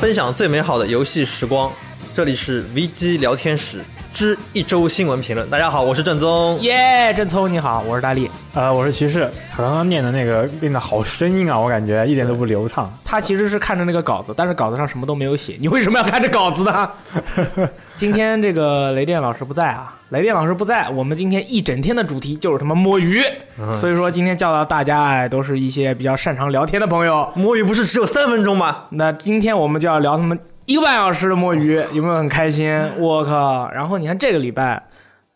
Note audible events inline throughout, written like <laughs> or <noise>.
分享最美好的游戏时光，这里是 VG 聊天室之一周新闻评论。大家好，我是正宗。耶，郑聪你好，我是大力。呃，我是骑士。他刚刚念的那个念的好生硬啊，我感觉一点都不流畅。他其实是看着那个稿子，但是稿子上什么都没有写。你为什么要看这稿子呢？今天这个雷电老师不在啊，雷电老师不在，我们今天一整天的主题就是他妈摸鱼。所以说今天叫到大家哎，都是一些比较擅长聊天的朋友。摸鱼不是只有三分钟吗？那今天我们就要聊他们一个半小时的摸鱼，有没有很开心？我靠！然后你看这个礼拜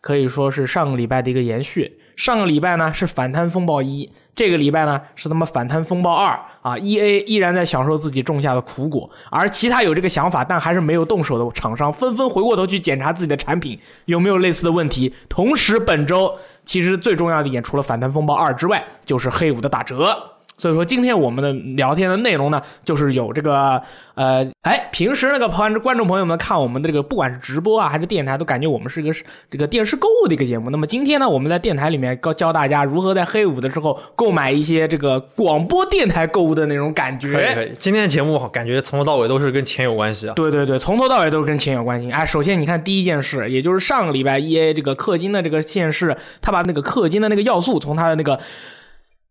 可以说是上个礼拜的一个延续。上个礼拜呢是反贪风暴一，这个礼拜呢是他妈反贪风暴二啊！E A 依然在享受自己种下的苦果，而其他有这个想法但还是没有动手的厂商，纷纷回过头去检查自己的产品有没有类似的问题。同时，本周其实最重要的一点，除了反贪风暴二之外，就是黑五的打折。所以说，今天我们的聊天的内容呢，就是有这个呃，哎，平时那个观观众朋友们看我们的这个，不管是直播啊还是电台，都感觉我们是一个这个电视购物的一个节目。那么今天呢，我们在电台里面教教大家如何在黑五的时候购买一些这个广播电台购物的那种感觉。可以可以，今天的节目好感觉从头到尾都是跟钱有关系啊。对对对，从头到尾都是跟钱有关系。哎，首先你看第一件事，也就是上个礼拜 E A 这个氪金的这个现市，他把那个氪金的那个要素从他的那个《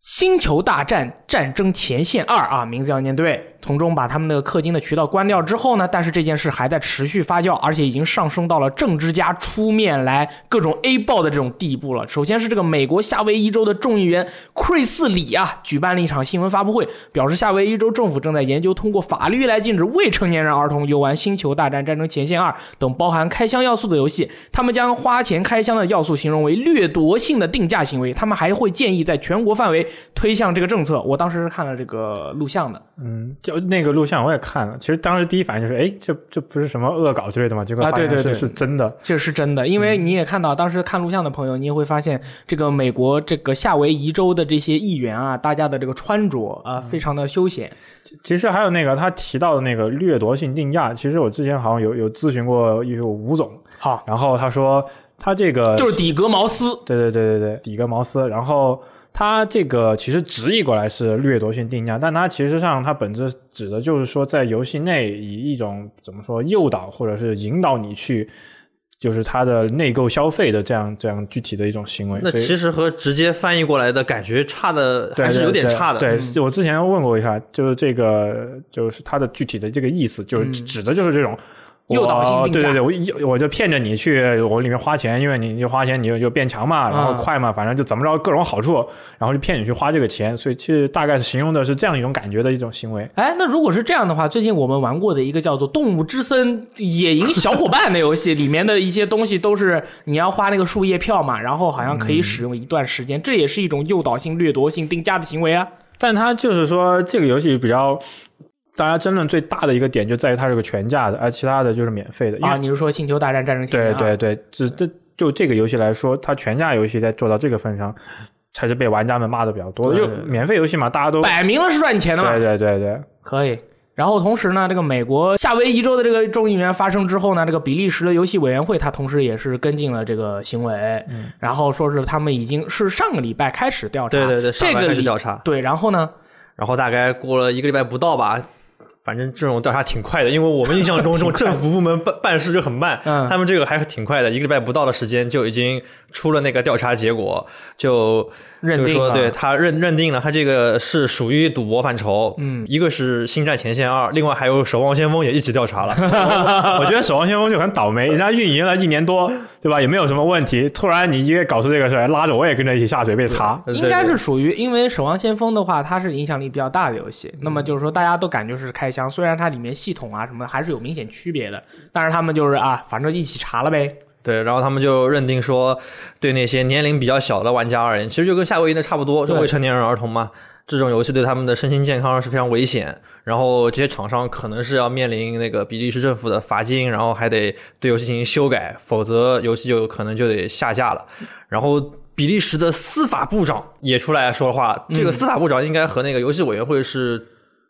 星球大战：战争前线二》啊，名字要念对，从中把他们那个氪金的渠道关掉之后呢，但是这件事还在持续发酵，而且已经上升到了政治家出面来各种 A 爆的这种地步了。首先是这个美国夏威夷州的众议员克里斯里啊，举办了一场新闻发布会，表示夏威夷州政府正在研究通过法律来禁止未成年人儿童游玩《星球大战：战争前线二》等包含开箱要素的游戏，他们将花钱开箱的要素形容为掠夺性的定价行为。他们还会建议在全国范围推向这个政策。我当时是看了这个录像的，嗯，就那个录像我也看了，其实当时第一反应就是，哎，这这不是什么恶搞之类的吗？结果啊发现对对对是是真的。这是真的，因为你也看到，当时看录像的朋友，你也会发现，这个美国这个夏威夷州的这些议员啊，大家的这个穿着啊，非常的休闲。其实还有那个他提到的那个掠夺性定价，其实我之前好像有有咨询过有吴总，好，然后他说他这个就是底格茅斯，对对对对对，底格茅斯。然后它这个其实直译过来是掠夺性定价，但它其实上它本质指的就是说，在游戏内以一种怎么说诱导或者是引导你去，就是它的内购消费的这样这样具体的一种行为。那所以其实和直接翻译过来的感觉差的对还是有点对差的。对，嗯我之前问过一下，就是这个，就是它的具体的这个意思，就是指的就是这种。嗯我诱导性定价对对对，我一我就骗着你去我里面花钱，因为你就花钱你就就变强嘛，然后嗯快嘛，反正就怎么着各种好处，然后就骗你去花这个钱，所以其实大概是形容的是这样一种感觉的一种行为。哎，那如果是这样的话，最近我们玩过的一个叫做《动物之森：野营小伙伴》的游戏，里面的一些东西都是你要花那个树叶票嘛，然后好像可以使用一段时间，这也是一种诱导性、掠夺性定价的行为啊。但它就是说这个游戏比较大家争论最大的一个点就在于它是个全价的，而其他的就是免费的，因为啊，你是说《星球大战：战争前啊对线》？对。对，只这就这个游戏来说，它全价游戏在做到这个份上，才是被玩家们骂的比较多的。对就免费游戏嘛，大家都摆明了是赚钱的嘛，对对对 <laughs> 对，可以。然后同时呢，这个美国夏威夷州的这个众议员发生之后呢，这个比利时的游戏委员会，它同时也是跟进了这个行为，嗯、然后说是他们已经是上个礼拜开始调查，对对对，上这班个开始礼调查，对，然后呢，然后大概过了一个礼拜不到吧。反正这种调查挺快的，因为我们印象中这种政府部门办办事就很慢，嗯他们这个还是挺快的，一个礼拜不到的时间就已经出了那个调查结果，就认就是定啊说了对他认认定了他这个是属于赌博范畴，嗯，一个是《星战前线二》，另外还有《守望先锋》也一起调查 <laughs> 了，呃我觉得《守望先锋》就很倒霉，人家运营了一年多，对吧？也没有什么问题，突然你一个搞出这个事儿，拉着我也跟着一起下水被查。对应该对是属于，因为《守望先锋》的话，它是影响力比较大的游戏。那么嗯就是说，大家都感觉是开箱，虽然它里面系统啊什么还是有明显区别的，但是他们就是啊，反正一起查了呗。对，然后他们就认定说，对那些年龄比较小的玩家而言，其实就跟夏威夷的差不多，是对未成年人儿童嘛。这种游戏对他们的身心健康是非常危险，然后这些厂商可能是要面临那个比利时政府的罚金，然后还得对游戏进行修改，否则游戏就有可能就得下架了。然后比利时的司法部长也出来说话，嗯这个司法部长应该和那个游戏委员会是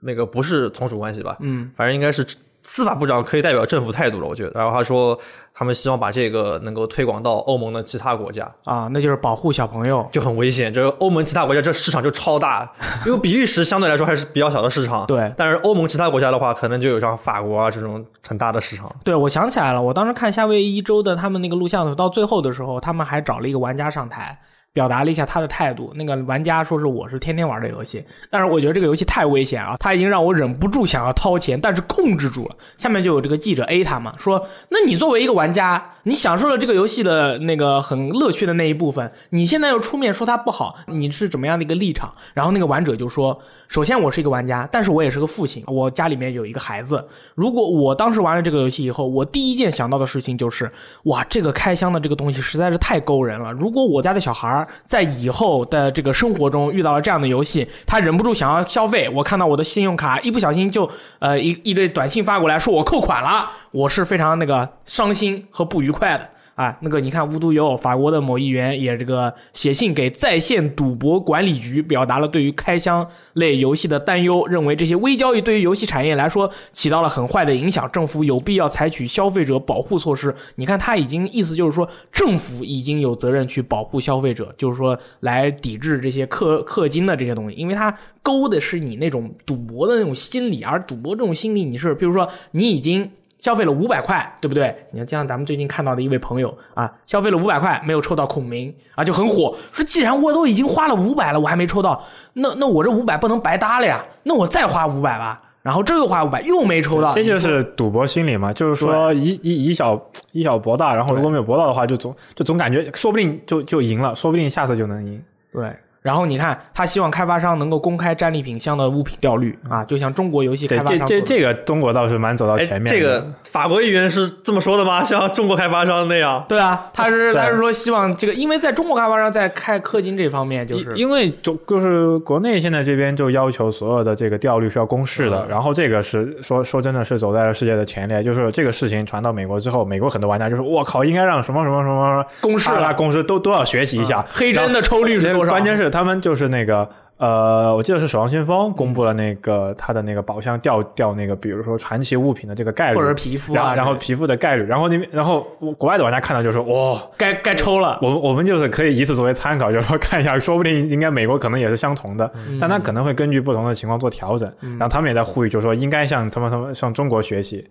那个不是从属关系吧？嗯，反正应该是司法部长可以代表政府态度了，我觉得。然后他说，他们希望把这个能够推广到欧盟的其他国家，啊，那就是保护小朋友。就很危险。这欧盟其他国家这市场就超大，因为比利时相对来说还是比较小的市场。对但是欧盟其他国家的话，可能就有像法国啊这种很大的市场。对，我想起来了，我当时看夏威夷州的他们那个录像的时候，到最后的时候，他们还找了一个玩家上台，表达了一下他的态度。那个玩家说是我是天天玩这个游戏，但是我觉得这个游戏太危险啊，他已经让我忍不住想要掏钱，但是控制住了。下面就有这个记者 A 他嘛，说那你作为一个玩家，你享受了这个游戏的那个很乐趣的那一部分，你现在又出面说它不好，你是怎么样的一个立场？然后那个玩者就说，首先我是一个玩家，但是我也是个父亲，我家里面有一个孩子。如果我当时玩了这个游戏以后，我第一件想到的事情就是，哇，这个开箱的这个东西实在是太勾人了。如果我家的小孩儿在以后的这个生活中遇到了这样的游戏，他忍不住想要消费，我看到我的信用卡一不小心就呃一一个短信发过来说我扣款了，我是非常那个伤心和不愉快的。啊，那个你看，无独有偶，法国的某议员也这个写信给在线赌博管理局，表达了对于开箱类游戏的担忧，认为这些微交易对于游戏产业来说起到了很坏的影响，政府有必要采取消费者保护措施。你看，他已经意思就是说，政府已经有责任去保护消费者，就是说来抵制这些氪氪金的这些东西，因为它勾的是你那种赌博的那种心理，而赌博这种心理，你是比如说你已经。消费了五百块，对不对？你看，就像咱们最近看到的一位朋友啊，消费了五百块没有抽到孔明啊，就很火，说既然我都已经花了五百了，我还没抽到，那那我这五百不能白搭了呀，那我再花五百吧，然后这又花五百又没抽到，这就是赌博心理嘛，就是说以以以小以小博大，然后如果没有博到的话，就总就总感觉说不定就就赢了，说不定下次就能赢。对。然后你看，他希望开发商能够公开战利品箱的物品掉率啊，就像中国游戏开对，发这商这做的这个中国倒是蛮走到哎前，面的。这个法国议员是这么说的吗？像中国开发商那样？对啊，他是对他是说希望这个，因为在中国开发商在开氪金这方面就是因因为就就是国内现在这边就要求所有的这个调率是要公示的，嗯然后这个是说说真的是走在了世界的前列，就是这个事情传到美国之后，美国很多玩家就是我靠，应该让什么什么什么什么公示啊了啊公司都都要学习一下。黑针的抽嗯率是多少？关键是他们就是那个。呃，我记得是《守望先锋》公布了那个嗯他的那个宝箱掉掉那个，比如说传奇物品的这个概率，或者是皮肤然啊后，然后这皮肤的概率，然后那边，然后我国外的玩家看到就说，哇、该该抽了。我们我们就是可以以此作为参考，就是说看一下，说不定应该美国可能也是相同的，嗯但他可能会根据不同的情况做调整。然后他们也在呼吁，就是说应该向他们他们向中国学习。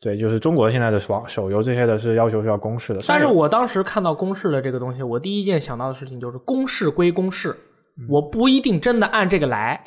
对，就是中国现在的手手游这些的是要求是要公示的，但是我当时看到公示的这个东西，我第一件想到的事情就是公示归公示，我不一定真的按这个来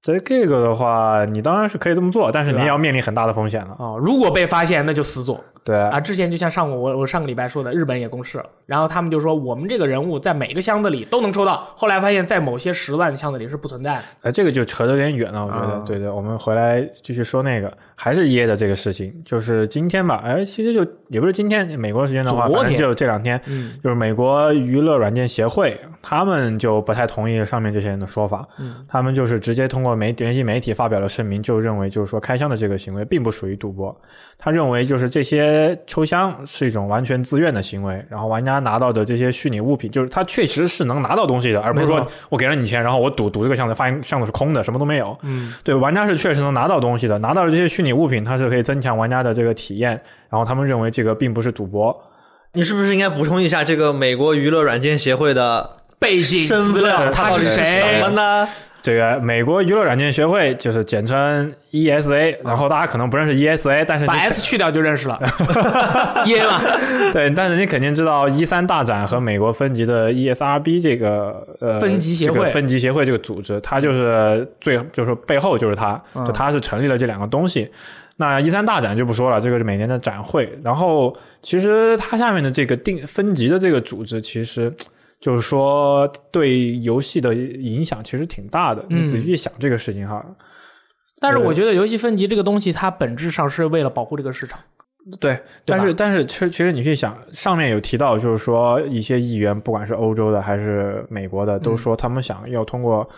这这个的话，你当然是可以这么做，但是对你吧也要面临很大的风险了。啊、如果被发现，那就死左对，啊！之前就像上个我我上个礼拜说的，日本也公示了，然后他们就说我们这个人物在每个箱子里都能抽到，后来发现在某些十万箱子里是不存在的。呃，这个就扯得有点远了，我觉得。啊对对，我们回来继续说那个，还是噎的这个事情，就是今天吧，哎，其实就也不是今天，美国时间的话，昨反正天就这两天，嗯就是美国娱乐软件协会，他们就不太同意上面这些人的说法，嗯他们就是直接通过媒联系媒体发表了声明，就认为就是说开箱的这个行为并不属于赌博，他认为就是这些抽箱是一种完全自愿的行为，然后玩家拿到的这些虚拟物品，就是他确实是能拿到东西的，而不是没说错我给了你钱，然后我赌赌这个箱子，发现箱子是空的，什么都没有，嗯，对，玩家是确实能拿到东西的，拿到了这些虚拟物品，它是可以增强玩家的这个体验，然后他们认为这个并不是赌博，你是不是应该补充一下这个美国娱乐软件协会的背景身资料份？它他到底是什谁么？呢？这个美国娱乐软件协会就是简称 ESA，然后大家可能不认识 ESA，但嗯是把你 S 去掉就认识了，耶嘛， <laughs> 对，但是你肯定知道一三大展和美国分级的 E ESRB 这个呃分级协会这个分级协会这个组织，它就是最就是背后就是它，嗯就它是成立了这两个东西。那 E 一三大展就不说了，这个是每年的展会。然后其实它下面的这个定分级的这个组织，其实就是说对游戏的影响其实挺大的。嗯你仔细想这个事情哈，但是对我觉得游戏分级这个东西，它本质上是为了保护这个市场。对，对但吧是但是，其实其实你去想，上面有提到，就是说一些议员，不管是欧洲的还是美国的，嗯都说他们想要通过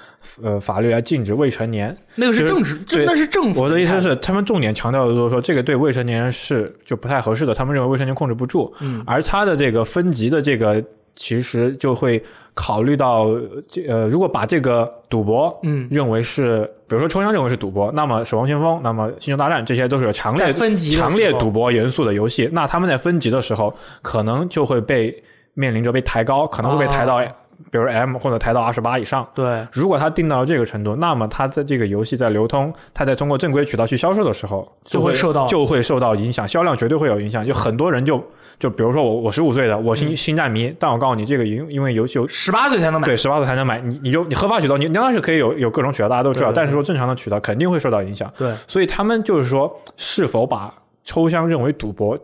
呃法律来禁止未成年。那个是就是政治，对真的是政府。 <laughs> 我的意思，是，他们重点强调的就是说，这个对未成年人是就不太合适的，他们认为未成年控制不住。嗯，而他的这个分级的这个其实就会考虑到，呃这呃，如果把这个赌博，嗯认为是，比如说抽象认为是赌博，那么《守望先锋》，那么《星球大战》这些都是有强烈在分级的时候强烈赌博元素的游戏，那他们在分级的时候，可能就会被面临着被抬高，可能会被抬到，哦比如 M 或者抬到二十八以上。对，如果它定到了这个程度，那么它在这个游戏在流通，它在通过正规渠道去销售的时候，就会会受到就会受到影响，销量绝对会有影响。就很多人就就比如说我我十五岁的，我嗯星星战迷，但我告诉你，这个因因为游戏有十八岁才能买。对十八岁才能买，你你就你合法渠道，你你当然是可以有有各种渠道，大家都知道，对对对但是说正常的渠道肯定会受到影响。对，所以他们就是说，是否把抽象认为赌博，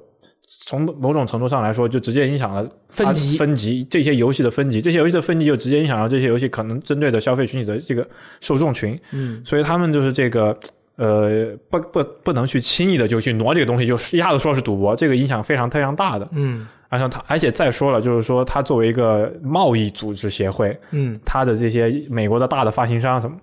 从某种程度上来说，就直接影响了分级它啊分级这些游戏的分级，这些游戏的分级就直接影响到这些游戏可能针对的消费群体的这个受众群，嗯，所以他们就是这个。呃，不不不能去轻易的就去挪这个东西，就是一下子说是赌博，这个影响非常非常大的。嗯而且他，而且再说了，就是说他作为一个贸易组织协会，嗯，它的这些美国的大的发行商，什么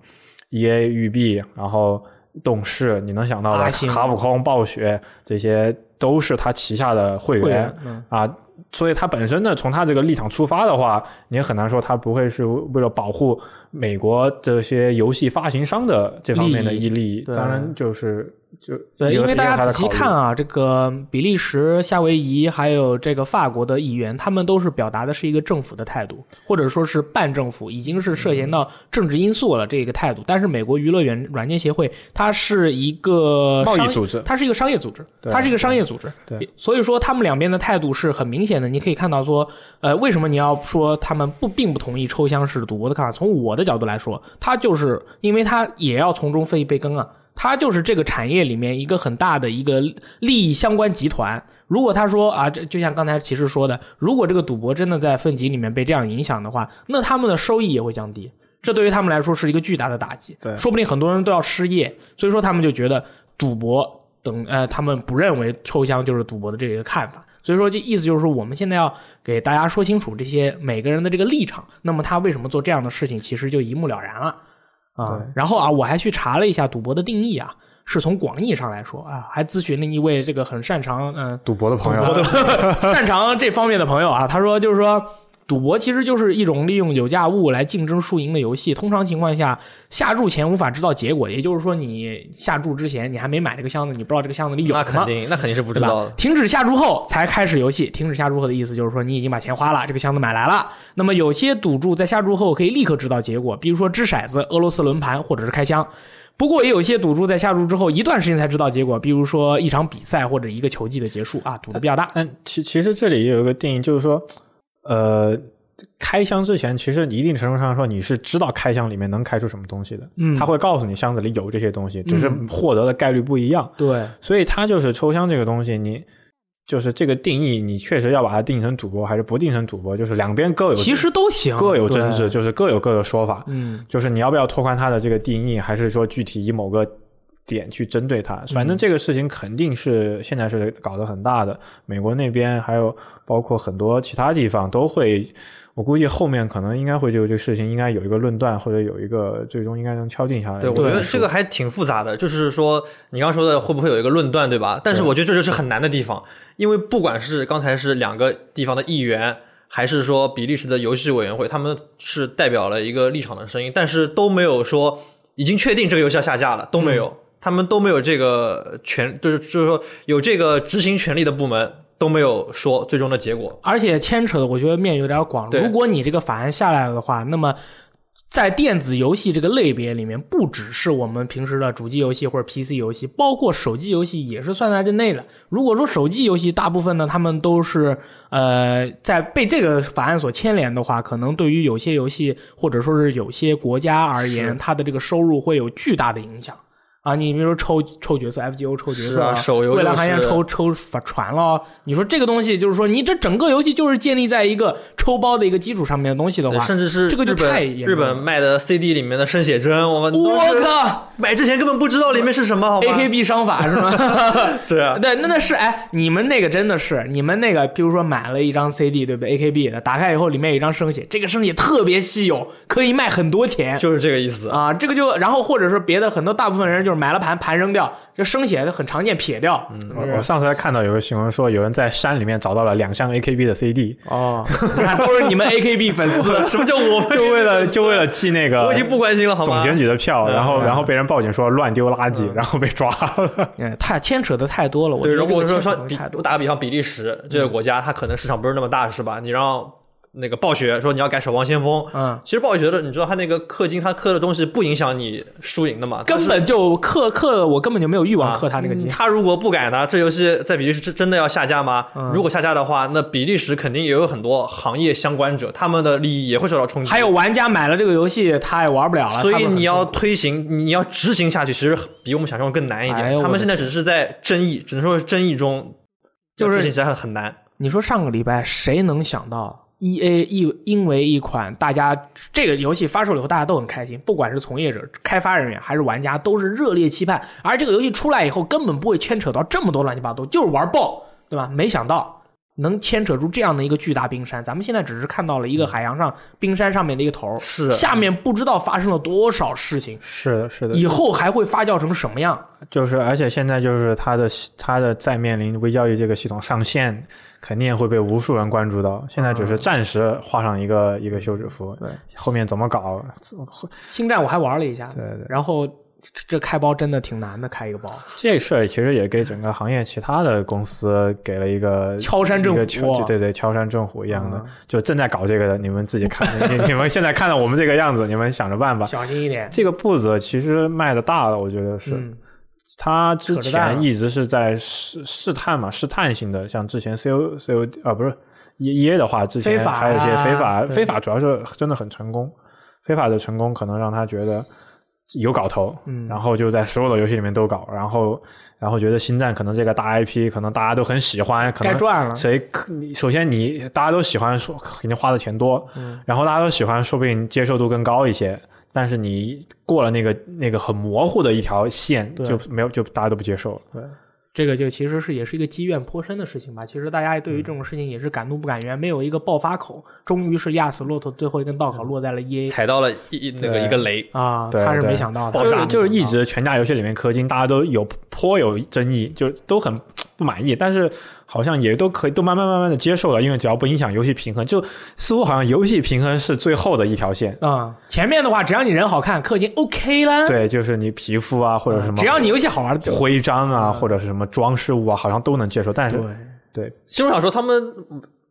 ，E EA、育碧，然后动视，你能想到阿的星卡普空、暴雪，这些都是它旗下的会会员员，嗯啊。所以它本身呢，从它这个立场出发的话，你也很难说它不会是为了保护美国这些游戏发行商的这方面的利益利益。对当然就是就对，也因有为大也有家它的仔细考虑看啊，这个比利时、夏威夷还有这个法国的议员，他们都是表达的是一个政府的态度，或者说是半政府，已经是涉嫌嗯到政治因素了这个态度。但是美国娱乐园软件协会，它是一个贸商易组织，它是一个商业组织，对它是一个商业组织，对也，所以说他们两边的态度是很明显的。你可以看到说，呃，为什么你要说他们不并不同意抽象式赌博的看法？从我的角度来说，它就是因为它也要从中分一杯羹啊，它就是这个产业里面一个很大的一个利益相关集团。如果他说啊，这就像刚才骑士说的，如果这个赌博真的在分级里面被这样影响的话，那他们的收益也会降低。这对于他们来说是一个巨大的打击，对说不定很多人都要失业，所以说他们就觉得赌博等呃，他们不认为抽象就是赌博的这个看法，所以说这意思就是说我们现在要给大家说清楚这些每个人的这个立场，那么他为什么做这样的事情，其实就一目了然了啊对。然后啊，我还去查了一下赌博的定义啊，是从广义上来说啊，还咨询了一位这个很擅长嗯、赌博的朋友，啊 <laughs> 擅长这方面的朋友啊，他说就是说。赌博其实就是一种利用有价物来竞争输赢的游戏。通常情况下，下注前无法知道结果，也就是说，你下注之前你还没买这个箱子，你不知道这个箱子里有那什肯么，定，那肯定是不知对道吧的。？停止下注后才开始游戏。停止下注后的意思就是说你已经把钱花了，这个箱子买来了。那么有些赌注在下注后可以立刻知道结果，比如说掷骰子、俄罗斯轮盘或者是开箱。不过也有些赌注在下注之后一段时间才知道结果，比如说一场比赛或者一个球季的结束啊，赌的比较大。但其其实这里也有一个定义，就是说，呃，开箱之前，其实你一定程度上说你是知道开箱里面能开出什么东西的，嗯他会告诉你箱子里有这些东西，只是获得的概率不一样。对，所以它就是抽象这个东西，你就是这个定义，你确实要把它定义成主播还是不定义成主播，就是两边各有其实都行，各有争执，对。就是各有各的说法。嗯，就是你要不要拓宽它的这个定义，还是说具体以某个点去针对它？反嗯正这个事情肯定是现在是搞得很大的，美国那边还有包括很多其他地方都会，我估计后面可能应该会就这个事情应该有一个论断，或者有一个最终应该能敲定下来。对，我觉得这个还挺复杂的，就是说你刚刚说的会不会有一个论断，对吧？但是我觉得这就是很难的地方，因为不管是刚才是两个地方的议员，还是说比利时的游戏委员会，他们是代表了一个立场的声音，但是都没有说已经确定这个游戏要下架了，都没有，嗯他们都没有这个权，就是就是说有这个执行权利的部门都没有说最终的结果。而且牵扯的我觉得面有点广。对如果你这个法案下来了的话，那么。在电子游戏这个类别里面，不只是我们平时的主机游戏或者 PC 游戏，包括手机游戏也是算在这内的。如果说手机游戏大部分呢，他们都是呃在被这个法案所牵连的话，可能对于有些游戏或者说是有些国家而言，它的这个收入会有巨大的影响。啊，你比如说抽抽角色，FGO 抽角是色啊手游未就来是还要抽抽反船了。你说这个东西，就是说你这整个游戏就是建立在一个抽包的一个基础上面的东西的对，话，甚至是这个就日本太严重日本了卖的 CD 里面的生写真，我们都我是靠买之前根本不知道里面是什么，好吗，AKB <laughs> 商法是吗？对啊，对，那那是哎，你们那个真的是，你们那个，比如说买了一张 CD，对不对？AKB 的，打开以后里面有一张生写，这个生写特别稀有，可以卖很多钱。就是这个意思。啊，这个就然后或者说别的很多大部分人就就是买了盘盘扔掉，就生写的很常见，撇掉。嗯我我上次还看到有个新闻说，有人在山里面找到了两箱 AKB 的 CD，哦，你看都是你们 AKB 粉丝， <laughs> 什么叫我们？就为了就为了寄那个我已经不关心了，好嗯吗？总选举的票，然后然后被人报警说乱丢垃圾，嗯然后被抓了。嗯，太牵扯的太多了。我对，觉得如这果个说牵扯说的比太，多嗯我打个比方，比利时这个国家，它可能市场不是那么大，是吧？你让那个暴雪说你要改守望先锋，嗯，其实暴雪的，你知道它那个氪金，它氪的东西不影响你输赢的嘛，啊根本就氪氪，我根本就没有欲望氪他那个金。嗯他如果不改呢，这游戏在比利时真真的要下架吗？嗯如果下架的话，那比利时肯定也有很多行业相关者，他们的利益也会受到冲击。还有，玩家买了这个游戏，他也玩不了了。所他以们很你要推行，你要执行下去，其实比我们想象更难一点。哎呦他我的们现在只是在争议，只能说是争议中，就是要执行起来很很难。你说上个礼拜谁能想到 E A 一因为一款大家这个游戏发售了以后，大家都很开心，不管是从业者、开发人员还是玩家，都是热烈期盼。而这个游戏出来以后，根本不会牵扯到这么多乱七八糟，就是玩爆，对吧？没想到能牵扯出这样的一个巨大冰山，咱们现在只是看到了一个海洋上冰山上面的一个头儿，是下面不知道发生了多少事情，是的，是的，以后还会发酵成什么样？就是而且现在就是它的它的在面临微教育这个系统上线，肯定会被无数人关注到。现在只是暂时画上一个、一个休止符，嗯对，后面怎么搞？星战我还玩了一下，对对。然后这这开包真的挺难的，开一个包。这事儿其实也给整个行业其他的公司给了一个 <laughs> 敲山震虎一个敲对对，敲山震虎一样的，嗯就正在搞这个的，你们自己看，你你 <laughs> 们现在看到我们这个样子，你们想着办吧。小心一点。这个步子其实迈的大了，我觉得是。嗯他之扯着蛋前啊一直是在试试探嘛，试探性的，像之前 C O C O 啊，不是 E A 的话，之前非法啊还有一些非法，对非法主要是真的很成功，非法的成功可能让他觉得有搞头，嗯然后就在所有的游戏里面都搞，然后然后觉得星战可能这个大 I P 可能大家都很喜欢，可该能赚了。谁可你首先你大家都喜欢说肯定花的钱多，嗯然后大家都喜欢，说不定接受度更高一些。但是你过了那个那个很模糊的一条线，对就没有就大家都不接受了。这个就其实是也是一个积怨颇深的事情吧。其实大家嗯对于这种事情也是敢怒不敢言，没有一个爆发口。终于是压死骆驼最后一根稻草落在了 EA 踩到了一一那个对一个雷，啊，嗯对他是对没想到的，爆就炸是就是一直全价游戏里面氪金，大家都有颇有争议，就都很不满意，但是好像也都可以都慢慢慢慢的接受了，因为只要不影响游戏平衡，就似乎好像游戏平衡是最后的一条线。啊、前面的话，只要你人好看，氪金 OK 啦。对，就是你皮肤啊，或者什么嗯只要你游戏好玩就徽章啊，或者是什么装饰物啊，好像都能接受，但是对其实我想说，他们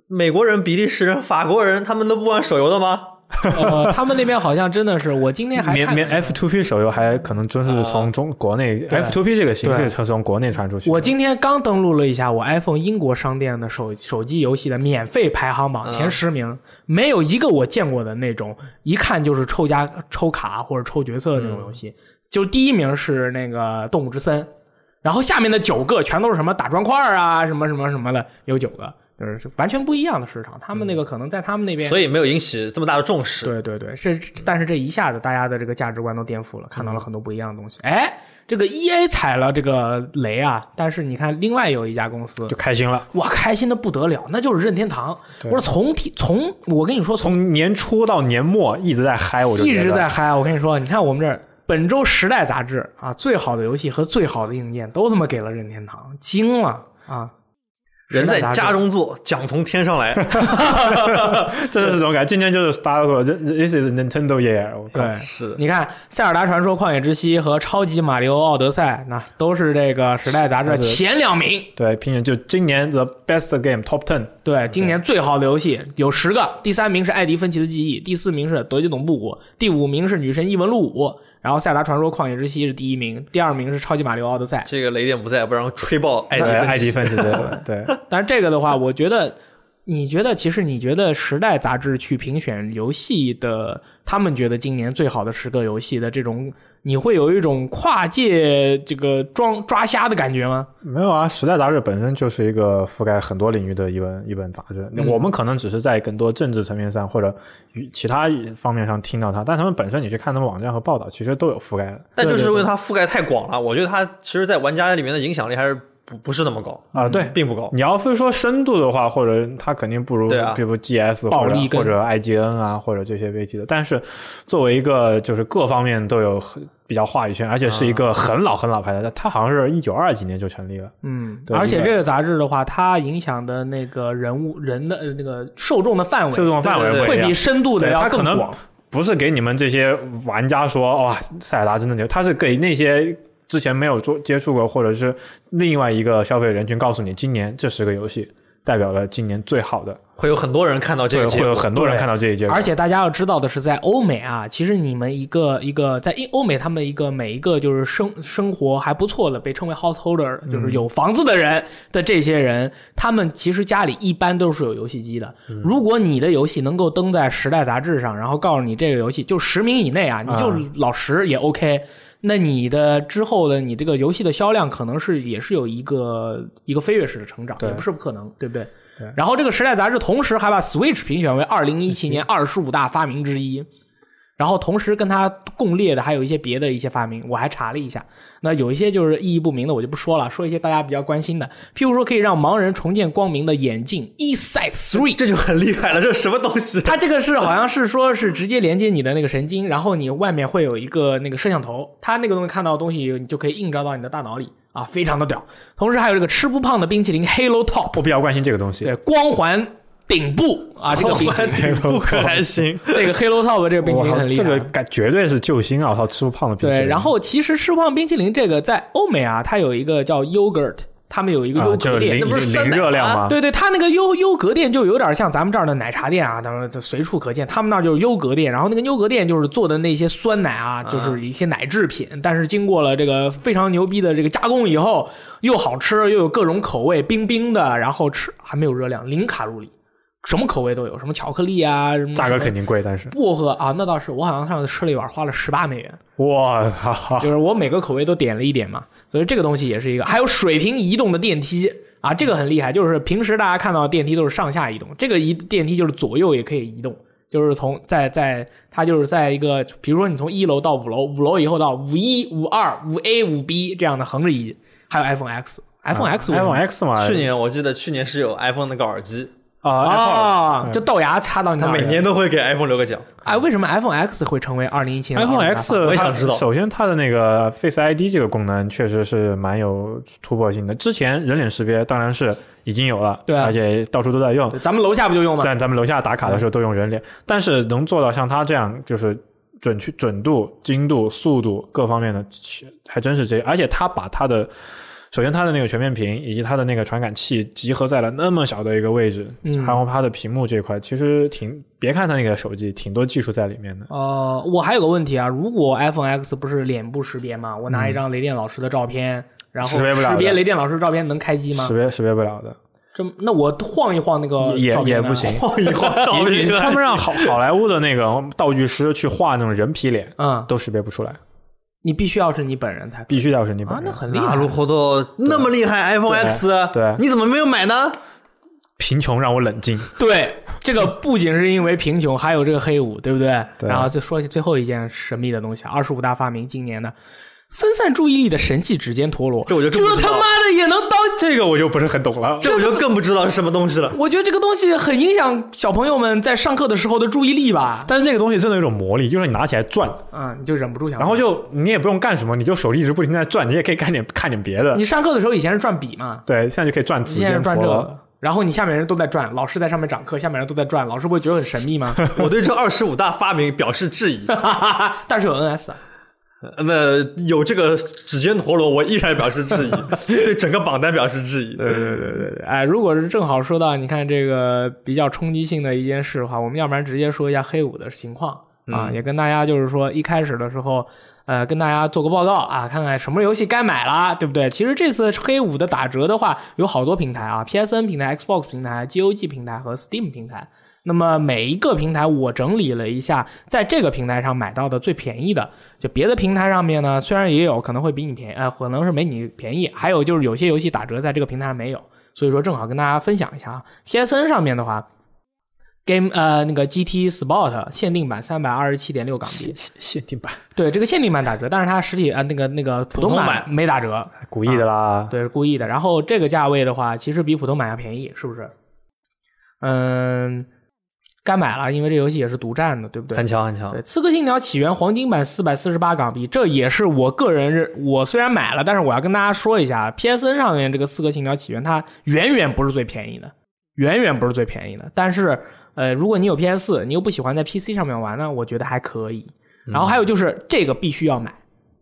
美国人、比利时人、法国人，他们都不玩手游的吗？ <laughs> 呃，他们那边好像真的是，我今天还免看免了一 F 个 two P 手游还可能真是从中国内 F two P 这个形对式是从国内传出去的。我今天刚登录了一下我 iPhone 英国商店的手手机游戏的免费排行榜嗯前十名，没有一个我见过的那种，一看就是抽加抽卡或者抽角色的那种游戏。就第一名是那个《动物之森》，然后下面的九个全都是什么打砖块儿啊，什么什么什么的，有九个，就是完全不一样的市场。他们那个可能在他们那边，所以没有引起这么大的重视。对对对，是，但是这一下子大家的这个价值观都颠覆了，看到了很多不一样的东西。哎，这个 E A 踩了这个雷啊，但是你看，另外有一家公司就，开心了，哇，开心的不得了，那就是任天堂。我对说从提从，我跟你说，从从年初到年末一直在嗨，我就一觉直得在嗨啊。我跟你说，你看我们这儿本周《时代》杂志啊，最好的游戏和最好的硬件都他妈给了任天堂，惊了啊！人在时代杂志家中坐，奖从天上 <laughs> 来。真的是这种感觉。今天就是大家都说这这 This is Nintendo year，我靠对，是的，你看《塞尔达传说：旷野之息》和《超级马里奥奥德赛》，那都是这个《时代》杂志的是前两名。对，平均就今年 the best game top ten，对，今年最好的游戏有十个，第三名是《艾迪芬奇的记忆》，第四名是《德基总部五》，第五名是《女神异闻录五》，然后《塞尔达传说：旷野之息》是第一名，第二名是《超级马里奥奥德赛》。这个雷电不在，不然吹爆艾迪对芬艾迪奇。芬奇对对，但是这个的话，我觉得，你觉得其实你觉得《时代》杂志去评选游戏的，他们觉得今年最好的十个游戏的这种，你会有一种跨界这个装抓瞎的感觉吗？没有啊，《时代》杂志本身就是一个覆盖很多领域的一本一本杂志。嗯那我们可能只是在更多政治层面上或者与其他方面上听到它，但他们本身你去看他们网站和报道，其实都有覆盖的。但就是因对为它覆盖太广了，我觉得它其实，在玩家里面的影响力还是不不是那么高啊对并不高。你要非说深度的话，或者它肯定不如，对啊比如 GS 暴或者力跟或者 IGN 啊，或者这些 VT 的。但是作为一个就是各方面都有很比较话语权，而且是一嗯个很老很老牌的，它好像是一九二几年就成立了。嗯，对而且对这个杂志的话，它影响的那个人物人的呃那个受众的范受围众范围对对对不一会样比深度的对要它可更能广。不是给你们这些玩家说哇，塞尔达真的牛，他是给那些之前没有做接触过，或者是另外一个消费人群，告诉你今年这十个游戏代表了今年最好的，会有很多人看到这个会有会结有果，很多人对看到这一届，而且大家要知道的是，在欧美啊，其实你们一个一个在英欧美，他们一个每一个就是生生活还不错的，被称为 householder，就是有房子的人的这些人，他们其实家里一般都是有游戏机的。如果你的游戏能够登在《时代》杂志上，然后告诉你这个游戏就十名以内啊，你就嗯老十也 OK。那你的之后的你这个游戏的销量可能是也是有一个一个飞跃式的成长，对也不是不可能，对不对？对然后这个《时代》杂志同时还把 Switch 评选为二零一七年二十五大发明之一，然后同时跟它共列的还有一些别的一些发明，我还查了一下，那有一些就是意义不明的，我就不说了，说一些大家比较关心的，譬如说可以让盲人重见光明的眼镜 eSight Three。这就很厉害了。这什么东 <laughs> 西？它这个是好像是说是直接连接你的那个神经，然后你外面会有一个那个摄像头，它那个东西看到的东西你就可以映照到你的大脑里啊，非常的屌。同时还有这个吃不胖的冰淇淋 Halo Top，我比较关心这个东西。对，光环顶部啊，这个冰淇淋，不可还行。这个 Halo Top 这个冰淇我淋靠，很厉这害。啊个感绝对是救星啊！我操，吃不胖的冰淇对，淋。然后其实吃不胖冰淇淋这个在欧美啊，它有一个叫 yogurt，他们有一个啊，优就格零店，那不是零啊酸奶热量吗？啊对对，他那个优优格店就有点像咱们这儿的奶茶店啊，当然这随处可见。他们那儿就是优格店，然后那个优格店就是做的那些酸奶啊，就是嗯一些奶制品，但是经过了这个非常牛逼的这个加工以后，又好吃又有各种口味，冰冰的，然后吃还没有热量，零卡路里，什么口味都有，什么巧克力啊，什么 <laughs> 价格肯定。定贵，但是薄荷啊，那倒是，我好像上次吃了一碗，花了十八美元，哇，哈 <laughs> 哈，就是我每个口味都点了一点嘛，所以这个东西也是一个。还有水平移动的电梯啊，这个很厉害，就是平时大家看到的电梯都是上下移动，这个移电梯就是左右也可以移动，就是从在在它就是在一个，比如说你从一楼到五楼，五楼以后到五一、五二、五 A、五 B 这样的横着移，还有 iPhone X，iPhone X 为什么啊 iPhone X 嘛，去年我记得去年是有 iPhone 那个耳机，啊啊，就豆芽插到你他那每里年都会给 iPhone 留个奖。哎，为什么 iPhone X 会成为二零一七年的 iPhone 二十大 X，发布我也想它知道首先，它的那个 Face ID 这个功能确实是蛮有突破性的。之前人脸识别当然是已经有了，对啊而且到处都在用对，咱们楼下不就用吗？在咱们楼下打卡的时候都用人脸，但是能做到像它这样，就是准确、准度、精度、速度各方面的，其还真是这样。而且它把它的，首先它的那个全面屏以及它的那个传感器集合在了那么小的一个位置，嗯然后它的屏幕这块，其实挺别看它那个手机，挺多技术在里面的。呃，我还有个问题啊，如果 iPhone X 不是脸部识别吗？我拿一张雷电老师的照片，然后嗯识别不了识的别雷电老师的照片能开机吗识？别识别不了的，这那我晃一晃那个也照片也呢不行。晃一晃，照你片你他们让好好莱坞的那个道具师去画那种人皮脸，嗯，都识别不出来，你你必须要是你本人才可以必须要是你本啊，人。那很厉那害路。虎斗那么厉害，iPhone X，啊对你怎么没有买呢？贫穷让我冷静。对，这个不仅是因为贫穷，还有这个黑五，对不对？对然后就说起最后一件神秘的东西，啊二十五大发明，今年的分散注意力的神器指尖陀螺，这我就这更不知他道妈的也能当这个我就不是很懂 <laughs> 了。这我就更不知道是什么东西 <laughs> 了。我觉得这个东西很影响小朋友们在上课的时候的注意力吧。但是那个东西真的有一种魔力，就是你拿起来转，嗯，你就忍不住想。然后就你也不用干什么，你就手一直不停地在转，你也可以干点看点别的你。上课的时候以前是转笔嘛，对，现在就可以转指现在尖是转陀这螺。个，然后你下面人都在转，老师在上面讲课，下面人都在转，老师不会觉得很神秘 <laughs> 吗？我对这二十五大发明表示质疑。 <laughs> 但是有 NS，啊那有这个指尖陀螺，我依然表示质疑，对整个榜单表示质疑。对对对对对，哎，如果是正好说到你看这个比较冲击性的一件事的话，我们要不然直接说一下黑五的情况啊，也跟大家就是说一开始的时候，呃，跟大家做个报告啊，看看什么游戏该买啦，对不对？其实这次黑五的打折的话，有好多平台啊，PSN 平台、Xbox 平台、GOG 平台和 Steam 平台。那么每一个平台，我整理了一下，在这个平台上买到的最便宜的，就别的平台上面呢，虽然也有可能会比你便宜，呃，可能是没你便宜，还有就是有些游戏打折在这个平台上没有，所以说正好跟大家分享一下啊。PSN 上面的话， Game 呃那个 GT Sport 限定版三百二十七点六港币，限限定版，对这个限定版打折，但是它实体啊、呃那个那个普通通版版没打折，故意的啦。对，是故意的。然后这个价位的话，其实比普通版要便宜，是不是？嗯，该买了，因为这游戏也是独占的，对不对？很强很强对，《刺客信条：起源》黄金版四百四十八港币，这也是我个人认，我虽然买了，但是我要跟大家说一下，PSN 上面这个《刺客信条：起源》它远远不是最便宜的，远远不是最便宜的。但是，呃，如果你有 PS 四，你又不喜欢在 PC 上面玩呢，我觉得还可以。然后还有就是这个必须要买，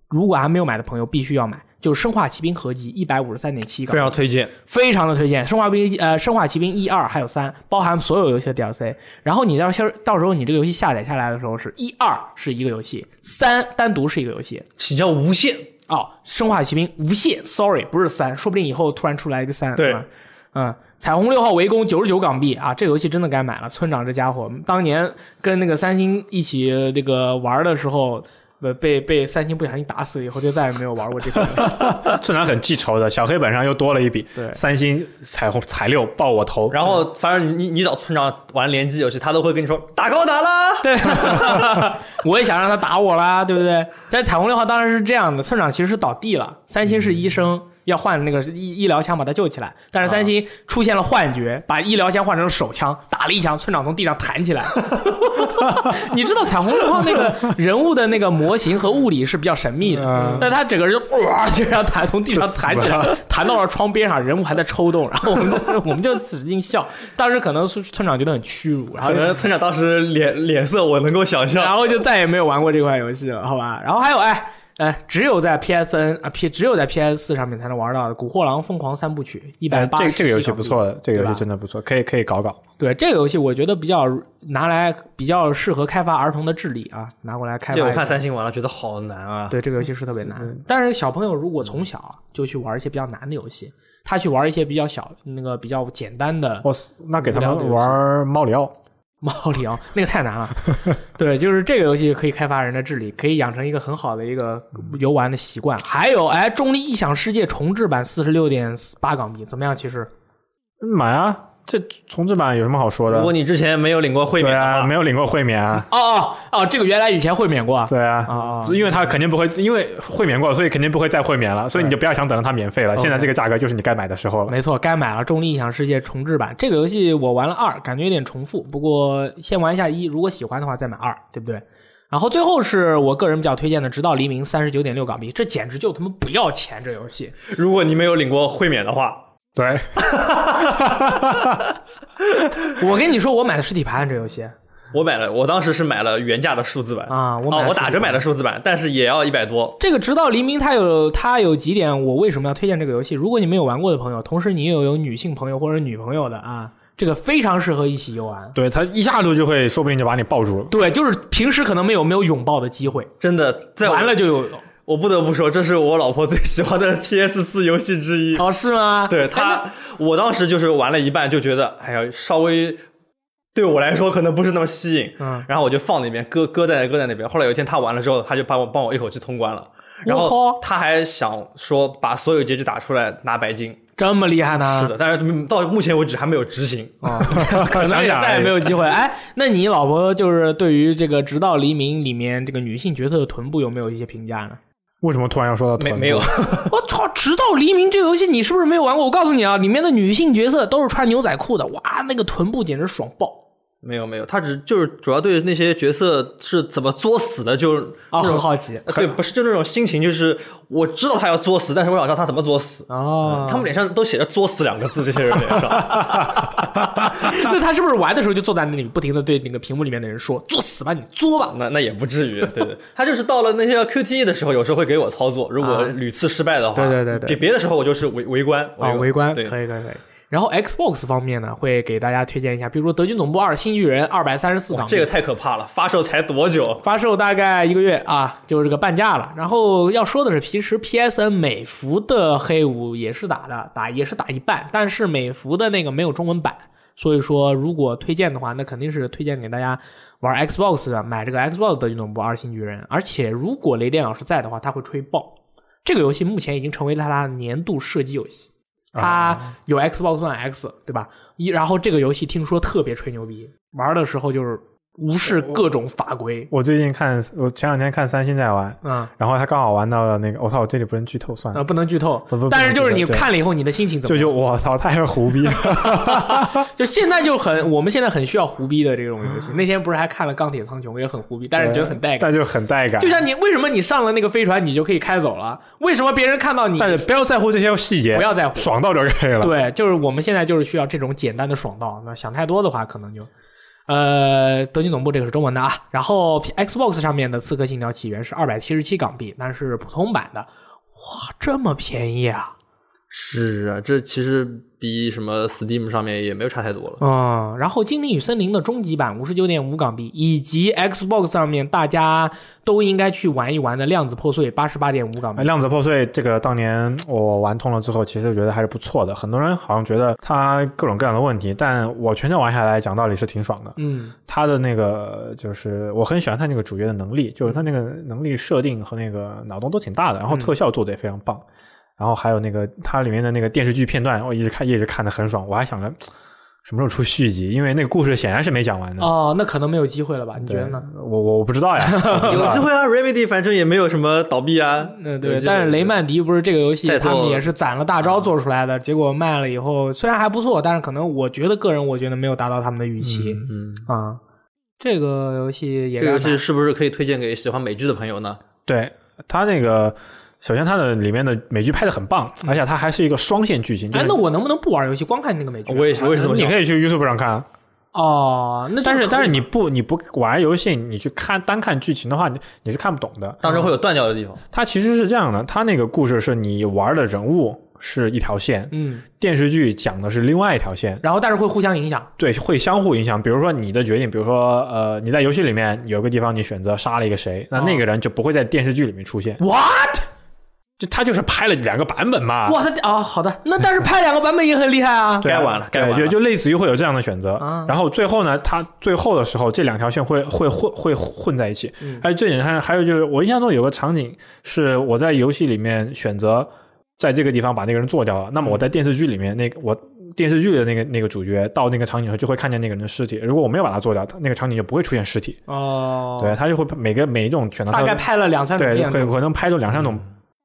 如果还没有买的朋友必须要买，就是《生化奇兵》合集一百五十三点七港非币，常推荐。非常的推荐《生化危机》呃，《生化奇兵》一二还有三，包含所有游戏的 DLC。然后你到时候到时候你这个游戏下载下来的时候是一二是一个游戏，三单独是一个游戏。请叫无限，哦，《生化奇兵》无限，sorry，不是三，说不定以后突然出来一个三，对是吧？嗯，彩虹六号围攻九十九港币啊，这个游戏真的该买了。村长这家伙，当年跟那个三星一起呃这个玩的时候，呃被被三星不小心打死以后，就再也没有玩过这个游戏。村长很记仇的，小黑本上又多了一笔。对三星彩虹彩六爆我头，然嗯后反正你你找村长玩联机游戏，他都会跟你说打高达啦。对，我也想让他打我啦，对不对？但彩虹六号当然是这样的，村长其实是倒地了，三星是医生。要换那个医医疗枪把他救起来，但是三星出现了幻觉，把医疗枪换成了手枪，打了一枪，村长从地上弹起来。 <laughs> 你知道彩虹六号那个人物的那个模型和物理是比较神秘的嗯，但他整个人就哇就这样弹从地上弹起来，弹到了窗边上，人物还在抽动，然后我们 <laughs> 就我们就使劲笑。当时可能村村长觉得很屈辱， <laughs> 然后可能村长当时脸脸色我能够想象 <laughs> 然，后就再也没有玩过这款游戏了，好吧？然后还有，哎，哎，只有在 PSN 啊 P 只有在 PS 四上面才能玩到的《古惑狼疯狂三部曲》一百哎八，这这个游戏不错的，这个游对戏吧真的不错，可以可以搞搞。对这个游戏，我觉得比较拿来比较适合开发儿童的智力啊，拿过来开发这我一看下。三星玩了，觉得好难啊。对这个游戏是特别难，嗯但是小朋友如果从小就去玩一些比较难的游戏，他去玩一些比较小那个比较简单的哇塞，那给他无聊的游们戏玩猫里奥，猫里奥 <laughs> 那个太难了，对，就是这个游戏可以开发人的智力，可以养成一个很好的一个游玩的习惯。还有，哎，《重力异想世界》重置版四十六点八港币，怎么样？其实买啊！这重置版有什么好说的如？果你之前没有领过会对免的话，啊，没有领过会免啊。哦哦哦，这个原来以前会免过啊，对啊，啊因为他肯定不会，因为会免过，所以肯定不会再会免了，所以你就不要想等着它免费了。 OK 现在这个价格就是你该买的时候了。没错，该买了《重力异想世界》重置版。这个游戏我玩了二，感觉有点重复，不过先玩一下一，如果喜欢的话再买二，对不对？然后最后是我个人比较推荐的《直到黎明》三十九点六港币，这简直就他妈不要钱！这游戏如果你没有领过会免的话，对， <laughs> 我跟你说，我买的实体盘这游戏我买了，我当时是买了原价的数字版啊我我买了我打折买的数字版，但是也要一百多。这个直到黎明，它有它有几点，我为什么要推荐这个游戏？如果你没有玩过的朋友，同时你又有女性朋友或者女朋友的啊，这个非常适合一起游玩。对他一下路就会，说不定就把你抱住了。对，就是平时可能没有没有拥抱的机会，真的，在我完了就 <laughs> 有我不得不说，这是我老婆最喜欢的 <laughs> PS 四游戏之一。哦，是吗？对哎她，我当时就是玩了一半就觉得，哎呀，稍微对我来说可能不是那么吸引，嗯，然后我就放那边搁搁在搁在那边。后来有一天她玩了之后，她就帮我帮我一口气通关了。然我靠后她还想说把所有结局打出来拿白金，这么厉害呢？是的，但是嗯到目前为止还没有执行。 <laughs> 可能想也想再而也已没有机会。哎，那你老婆就是对于这个《直到黎明》里面这个女性角色的臀部有没有一些评价呢？为什么突然要说到没臀部没有？ <laughs> 我操，《直到黎明》这个游戏你是不是没有玩过？我告诉你啊，里面的女性角色都是穿牛仔裤的，哇，那个臀部简直爽爆！没有没有，他只就是主要对那些角色是怎么作死的，就是那啊，很种呃好奇对，不是就那种心情，就是我知道他要作死，但是我想知道他怎么作死。哦。他们脸上都写着“作死”两个字，这些人脸上 <laughs> 那他是不是玩的时候就坐在那里，不停的对那个屏幕里面的人说“作死吧，你作吧那那也不至于。对对，他就是到了那些 QTE E 的时候，有时候会给我操作，如果屡次失败的话，对啊对对对别别的时候我就是围围观”？啊，围观，可以对，可以可以。然后 Xbox 方面呢，会给大家推荐一下，比如说《德军总部二：新巨人》二百三十四港币这个太可怕了，发售才多久？发售大概一个月啊，就是这个半价了。然后要说的是，其实 PSN 美服的黑五也是打的，打也是打一半，但是美服的那个没有中文版。所以说，如果推荐的话，那肯定是推荐给大家玩 Xbox 的，买这个 Xbox 的运动部二星巨人。而且，如果雷电老师在的话，他会吹爆。这个游戏目前已经成为了他的年度射击游戏。它有 Xbox One X，对吧？一然后这个游戏听说特别吹牛逼，玩的时候就是无视各种法规我最近看，我前两天看三星在玩，啊然后他刚好玩到了那个，我、操，我这里不能剧透算啊，了，不能剧透不不不。但是就是你能剧透对看了以后，你的心情怎么就样？就我操，太胡逼了， <laughs> 就现在就很，我们现在很需要胡逼的这种游 <laughs> 戏。那天不是还看了《钢铁苍穹》，也很胡逼， <laughs> 但是觉得很带感。但就很带感就。像你为什么你上了那个飞船，你就可以开走了？为什么别人看到你？但是不要在乎这些细节，不要在乎爽到就可以了。对，就是我们现在就是需要这种简单的爽到。那想太多的话，可能就，呃，德军总部这个是中文的啊。然后 P- Xbox 上面的《刺客信条：起源》是二百七十七港币，但是普通版的，哇，这么便宜啊！是啊，这其实比什么 Steam 上面也没有差太多 <laughs> 了。嗯，然后《精灵与森林》的终极版五十九点五港币，以及 Xbox 上面大家都应该去玩一玩的《量子破碎》八十八点五港哎呃币。量子破碎这个当年我玩通了之后，其实觉得还是不错的。很多人好像觉得它各种各样的问题，但我全程玩下来，讲道理是挺爽的。嗯它的那个就是我很喜欢它那个主角的能力，就是它那个能力设定和那个脑洞都挺大的，然后嗯特效做的也非常棒。然后还有那个它里面的那个电视剧片段，我一直看一直看的很爽。我还想着嘖什么时候出续集，因为那个故事显然是没讲完的。哦，那可能没有机会了吧？你觉对得呢？我我我不知道呀， <laughs> 有机会啊，Remedy 反正也没有什么倒闭啊。嗯，有对，机会但是雷曼迪不是这个游戏再，做他们也是攒了大招做出来的，结果卖了以后虽然还不错，但是可能我觉得个人我觉得没有达到他们的预期嗯，啊、这个游戏也这个游戏让是不是可以推荐给喜欢美剧的朋友呢？对它那个，首先它的里面的美剧拍的很棒，而且它还是一个双线剧情。嗯他哎真，那的，我能不能不玩游戏，光看那个美剧？我也是，我也是这么你想。可以去 YouTube 上看啊。哦，那但就是可以但是你不你不玩游戏，你去看单看剧情的话，你你是看不懂的。当中会有断掉的地方。它其实是这样的，它那个故事是你玩的人物是一条线，嗯，电视剧讲的是另外一条线。然后但是会互相影响，对，会相互影响。比如说你的决定，比如说呃，你在游戏里面有个地方你选择杀了一个谁，那哦那个人就不会在电视剧里面出现。 what？就他就是拍了两个版本嘛。哇，他啊、好的，那但是拍两个版本也很厉害啊。 <laughs> 对啊该玩了该玩对，了就就类似于会有这样的选择。啊然后最后呢，它最后的时候，这两条线会会混会混在一起。嗯还有最简单，还有就是我印象中有个场景是我在游戏里面选择在这个地方把那个人做掉了，嗯那么我在电视剧里面那个我。电视剧的那个那个主角到那个场景的时候，就会看见那个人的尸体。如果我没有把他做掉，他那个场景就不会出现尸体。哦，对，，他就会每个每一种选择，大概拍了两三种对，遍嗯可可能拍出两三种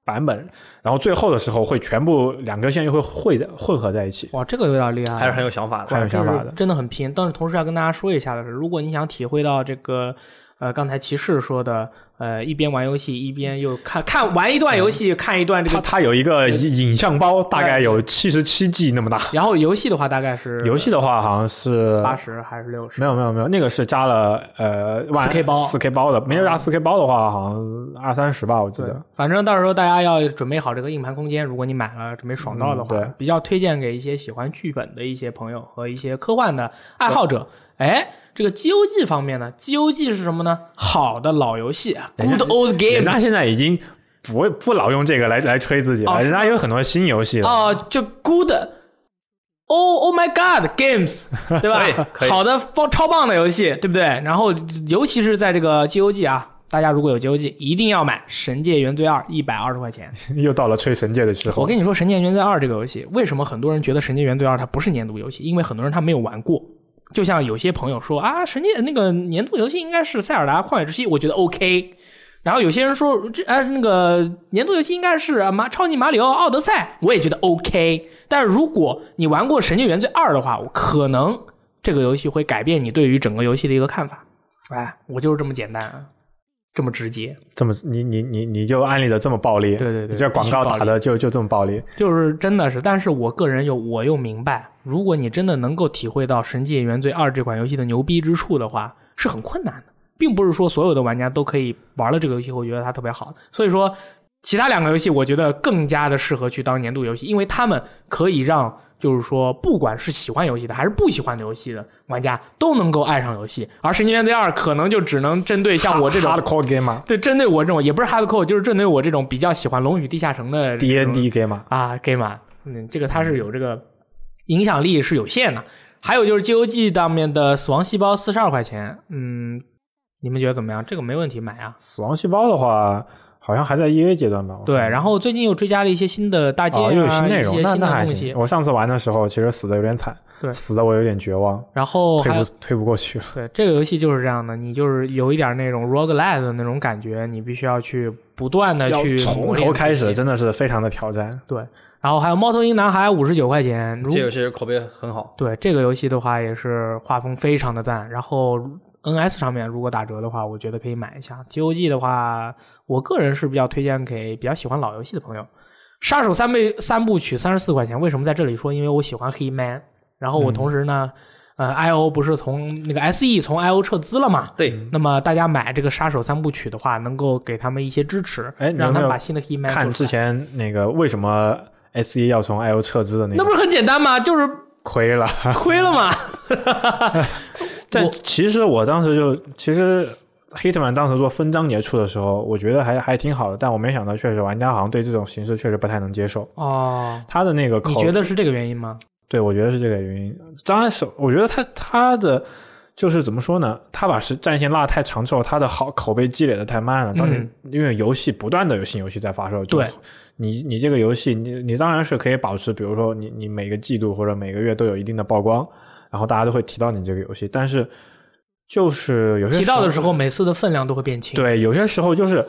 版本，然后最后的时候会全部两根线又会混在混合在一起。哇，这个有点厉害，还是很有想法的。还有想法就的是真的很拼。但是同时要跟大家说一下的是，如果你想体会到这个，呃，刚才骑士说的，呃，一边玩游戏一边又看看玩一段游戏，看一段这它个，它有一个影影像包，大概有七十七 G 那么大。然后游戏的话大概是游戏的话好像是八十还是六十？没有没有没有，那个是加了呃 4K 包嗯四 K 包的，没有加四 K 包的话，好像二三十吧，我记对得。，反正到时候大家要准备好这个硬盘空间。如果你买了准备爽到的话，嗯对比较推荐给一些喜欢剧本的一些朋友和一些科幻的爱好者。哎，这个《西游记》方面呢，《西游记》是什么呢？好的老游戏啊，Good 哎 old 人家 games。现在已经不不老用这个来来吹自己哦了，是人家有很多新游戏了。哦，就 good。Oh, oh my God, <laughs> games，对可以吧？可以好的，棒超棒的游戏，对不对？然后，尤其是在这个《西游记》啊，大家如果有《西游记》，一定要买《神界原罪二》，一百二十块钱。 <laughs> 又到了吹神界的时我候，跟你说，《神界原罪二》这个游戏，为什么很多人觉得《神界原罪二》它不是年度游戏？因为很多人他没有玩过。就像有些朋友说啊，《神界》那个年度游戏应该是《塞尔达旷野之息》，我觉得 OK。然后有些人说这啊、那个年度游戏应该是啊马超级马里奥奥德赛，我也觉得 OK。但是如果你玩过《神界原罪二》的话，我可能这个游戏会改变你对于整个游戏的一个看法。哎，我就是这么简单啊，这么直接。这么你你你你就安利的这么暴力，对对对你这广告打的就就这么暴力。就是真的是，但是我个人又我又明白，如果你真的能够体会到《神界原罪二》这款游戏的牛逼之处的话，是很困难的，并不是说所有的玩家都可以玩了这个游戏后觉得它特别好。所以说，其他两个游戏我觉得更加的适合去当年度游戏，因为他们可以让就是说，不管是喜欢游戏的还是不喜欢的游戏的玩家都能够爱上游戏，而《神界原罪二》可能就只能针对像我这种 hardcore gamer、对针对我这种也不是 hardcore，就是针对我这种比较喜欢《龙与地下城》的 D N D gamer，啊，gay 嘛，嗯，这个它是有这个影响力是有限的。还有就是《GOG》上面的《死亡细胞》四十二块钱，嗯，你们觉得怎么样？这个没问题，买啊。死亡细胞的话，好像还在 EA 阶段吧？对，然后最近又追加了一些新的大街、啊哦，又有新内一容，些那新那的还东行西。，我上次玩的时候，其实死的有点惨，对死的我有点绝望，然后推还有不推不过去了。对这个游戏就是这样的，你就是有一点那种 roguelike 的那种感觉，你必须要去不断的要去从磨练头开自始，己真的是非常的挑战。对，然后还有《猫头鹰男孩》五十九块钱，如这游戏口碑很好，对这个游戏的话也是画风非常的赞，然后 NS 上面如果打折的话，我觉得可以买一下。GOG 的话，我个人是比较推荐给比较喜欢老游戏的朋友。杀手三倍三部曲三十四块钱，为什么在这里说？因为我喜欢黑 man，然嗯后我同时呢，呃，IO 不是从那个 SE 从 IO 撤资了嘛？对，那么大家买这个杀手三部曲的话，能够给他们一些支持，哎你有让他没们有把新的 He Man 看之前那个为什么 S E 要从 I O 撤资的那那个不，是很简单吗？就是亏了。亏了 <laughs> 嘛。但我其实我当时就，其实 Hitman 当时做分章节出的时候，我觉得还还挺好的，但我没想到确实玩家好像对这种形式确实不太能接受。哦，他的那个你口觉得是这个原因吗？对，我觉得是这个原因。当然是，我觉得他他的就是怎么说呢？他把时战线拉得太长之后，他的好口碑积累的太慢了。当你、嗯因为游戏不断的有新游戏在发售，就对你你这个游戏，你你当然是可以保持，比如说你你每个季度或者每个月都有一定的曝光，然后大家都会提到你这个游戏，但是就是有些提到的时候，每次的分量都会变轻。，对，有些时候就是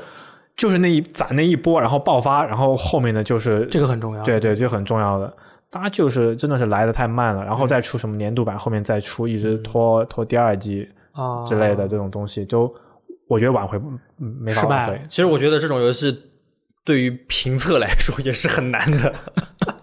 就是那一攒那一波，然后爆发，然后后面呢就是这个很重要。对对，就很重要的。它就是真的是来的太慢了，然嗯后再出什么年度版，后面再出，一直拖拖第二季啊之类的这种东西，就我觉得挽回嗯没法失败挽回了。其实我觉得这种游戏对于评测来说也是很难的。 <laughs>